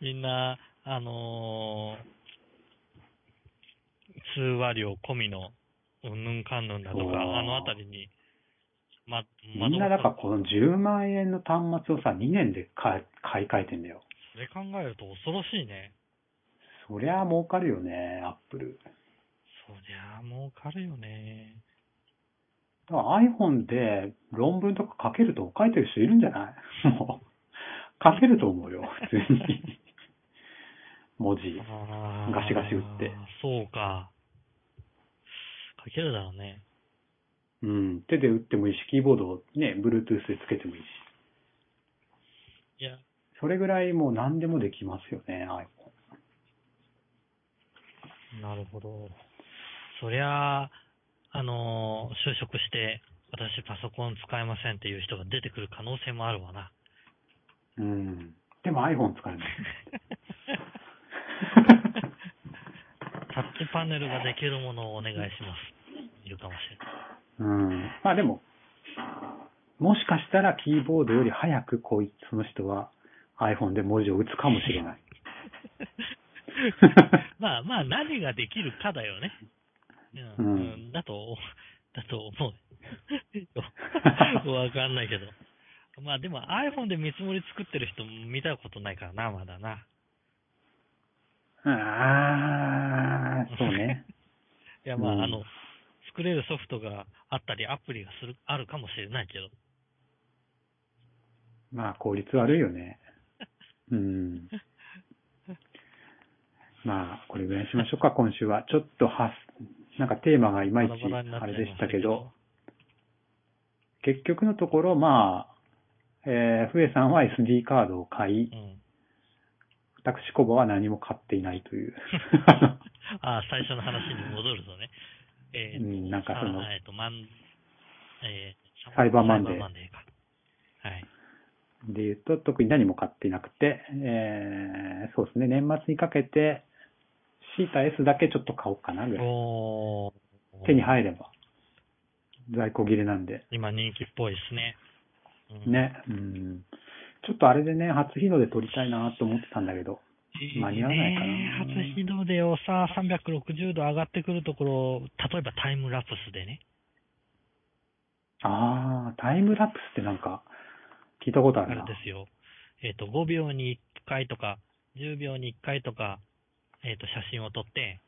Speaker 2: みんな、あのー通話料込みの、うんぬんかんぬんだと
Speaker 1: そう
Speaker 2: か、あのあたりに、ま、ま
Speaker 1: みんなだからこの10万円の端末をさ、2年で買い買い替えてんだよ。
Speaker 2: それ考えると恐ろしいね。
Speaker 1: そりゃ儲かるよね、Apple。
Speaker 2: そりゃあ儲かるよね。
Speaker 1: だから iPhone で論文とか書けると書いてる人いるんじゃない もう、書けると思うよ、普通に。文字。
Speaker 2: あー
Speaker 1: ガシガシ打って。
Speaker 2: そうか。かけるだろうね。
Speaker 1: うん、手で打ってもいいし、キーボードをね、Bluetooth でつけてもいいし。
Speaker 2: いや、
Speaker 1: それぐらいもう何でもできますよね、iPhone。
Speaker 2: なるほど。そりゃあ、あのー就職して、私パソコン使えませんっていう人が出てくる可能性もあるわな。
Speaker 1: うん。でも iPhone 使えない。
Speaker 2: タッチパネルができるものをお願いします。いるかもしれない。
Speaker 1: うん。まあでも、もしかしたらキーボードより早くこいその人は iPhone で文字を打つかもしれない。
Speaker 2: まあまあ、何ができるかだよね。うん。
Speaker 1: うん
Speaker 2: うんだと、だと思 う。わかんないけど。まあでも iPhone で見積もり作ってる人見たことないからな、まだな。
Speaker 1: ああ、そうね。
Speaker 2: いやまあ、
Speaker 1: うん
Speaker 2: あの、作れるソフトがあったり、アプリがするあるかもしれないけど。
Speaker 1: まあ、効率悪いよね。うん。まあ、これぐらいにしましょうか、今週は。ちょっとはす、なんかテーマがいまいち
Speaker 2: バラバラになっち
Speaker 1: あ
Speaker 2: ゃい
Speaker 1: れ
Speaker 2: ま
Speaker 1: でしたけど、。結局のところ、まあ、えー、ふえさんは SD カードを買い、
Speaker 2: うん。
Speaker 1: 私コバは何も買っていない という。
Speaker 2: あー最初の話に戻るとね。えー
Speaker 1: うんなんかその
Speaker 2: さえーと、マン、えー
Speaker 1: サイバーマンデー
Speaker 2: サイバか。はい。
Speaker 1: で言うと、特に何も買っていなくて、えー、そうですね、年末にかけて、シータ S だけちょっと買おうかなぐらい。
Speaker 2: おー
Speaker 1: 手に入れば。在庫切れなんで。
Speaker 2: 今人気っぽいですね。うん。
Speaker 1: ね、うん。ちょっとあれでね、初日の出撮りたいなと思ってたんだけど、間に合わないかな
Speaker 2: ねえ初日の出をさ、360度上がってくるところを、例えばタイムラプスでね。
Speaker 1: あー、タイムラプスってなんか、聞いたことあ
Speaker 2: あ
Speaker 1: る
Speaker 2: れ
Speaker 1: な。
Speaker 2: ですよ。えっ、と、5秒に1回とか、10秒に1回とか、えっ、と、写真を撮って、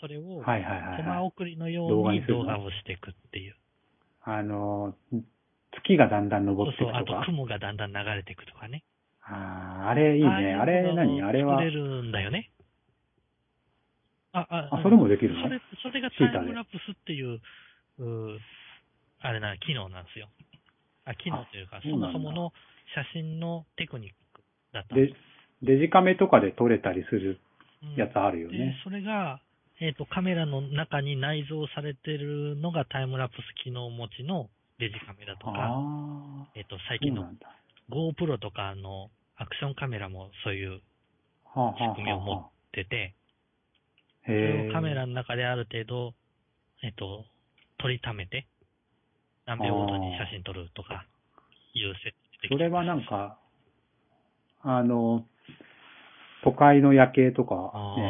Speaker 2: それを、
Speaker 1: はいはいはい
Speaker 2: コ
Speaker 1: はい、
Speaker 2: マ送りのよ
Speaker 1: 動
Speaker 2: う
Speaker 1: 画に
Speaker 2: に
Speaker 1: するの
Speaker 2: 動画をしていくっていう。
Speaker 1: あのー、月がだんだん
Speaker 2: そ
Speaker 1: 昇
Speaker 2: う
Speaker 1: ってく
Speaker 2: そう、
Speaker 1: と
Speaker 2: あと
Speaker 1: か。
Speaker 2: 雲がだんだん流れていくとかね。
Speaker 1: あー、あれいいね。あれ何あれは
Speaker 2: 作、れるんだよね。あ、あ、
Speaker 1: あ、それもできる
Speaker 2: そ
Speaker 1: の
Speaker 2: れ、それが
Speaker 1: シ
Speaker 2: タ
Speaker 1: ータ
Speaker 2: イ
Speaker 1: で
Speaker 2: ムラプスっていう、うーあれな、機能なんですよ。あ、機能というか
Speaker 1: あ、そ
Speaker 2: そう
Speaker 1: な
Speaker 2: も
Speaker 1: んだ
Speaker 2: そもの写真のテクニックだったん
Speaker 1: で、デジカメとかで撮れたりする
Speaker 2: うん
Speaker 1: やつあるよ
Speaker 2: で
Speaker 1: ね。、
Speaker 2: それが、えっ、と、カメラの中に内蔵されてるのがタイムラプス機能持ちのデジカメラとか、
Speaker 1: あ
Speaker 2: えっ、と、
Speaker 1: あ
Speaker 2: 最
Speaker 1: ー、そ
Speaker 2: 近
Speaker 1: う
Speaker 2: の
Speaker 1: なんだ。
Speaker 2: GoPro とかのアクションカメラもそういう
Speaker 1: はあ、はあ
Speaker 2: 仕組みを
Speaker 1: はあ
Speaker 2: 持
Speaker 1: はあ
Speaker 2: ってて、そ
Speaker 1: へ
Speaker 2: れ
Speaker 1: え。
Speaker 2: をカメラの中である程度、えっ、と、取りためて、何秒ごとに写真撮るとか、いう設定
Speaker 1: それはなんか、あの、都会の夜景とか、ね、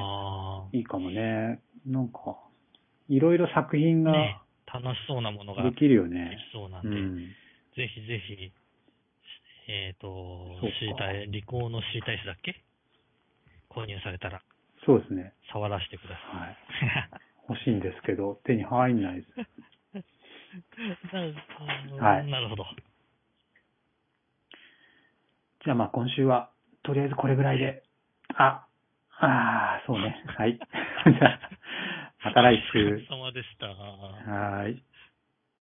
Speaker 2: あ
Speaker 1: いいかもね。なんか、いろいろ作品が
Speaker 2: あ、ね、楽しそうなものが
Speaker 1: で
Speaker 2: でき
Speaker 1: きるよね。
Speaker 2: そうなん
Speaker 1: う
Speaker 2: で、
Speaker 1: ん。
Speaker 2: ぜひぜひ、えっ、と
Speaker 1: そうか、
Speaker 2: シータ、リコーのシータイスだっけ購入されたら、
Speaker 1: そうですね。
Speaker 2: 触らせてくだ
Speaker 1: はい。
Speaker 2: さ
Speaker 1: 欲しいんですけど、手に入んないです。
Speaker 2: い。なるほど
Speaker 1: はい
Speaker 2: なるほど。
Speaker 1: じゃあまあ今週は、とりあえずこれぐらいで。あ、 ああ、そうね。はい。じゃあ、また来週。
Speaker 2: お疲れ様でした。
Speaker 1: はーい。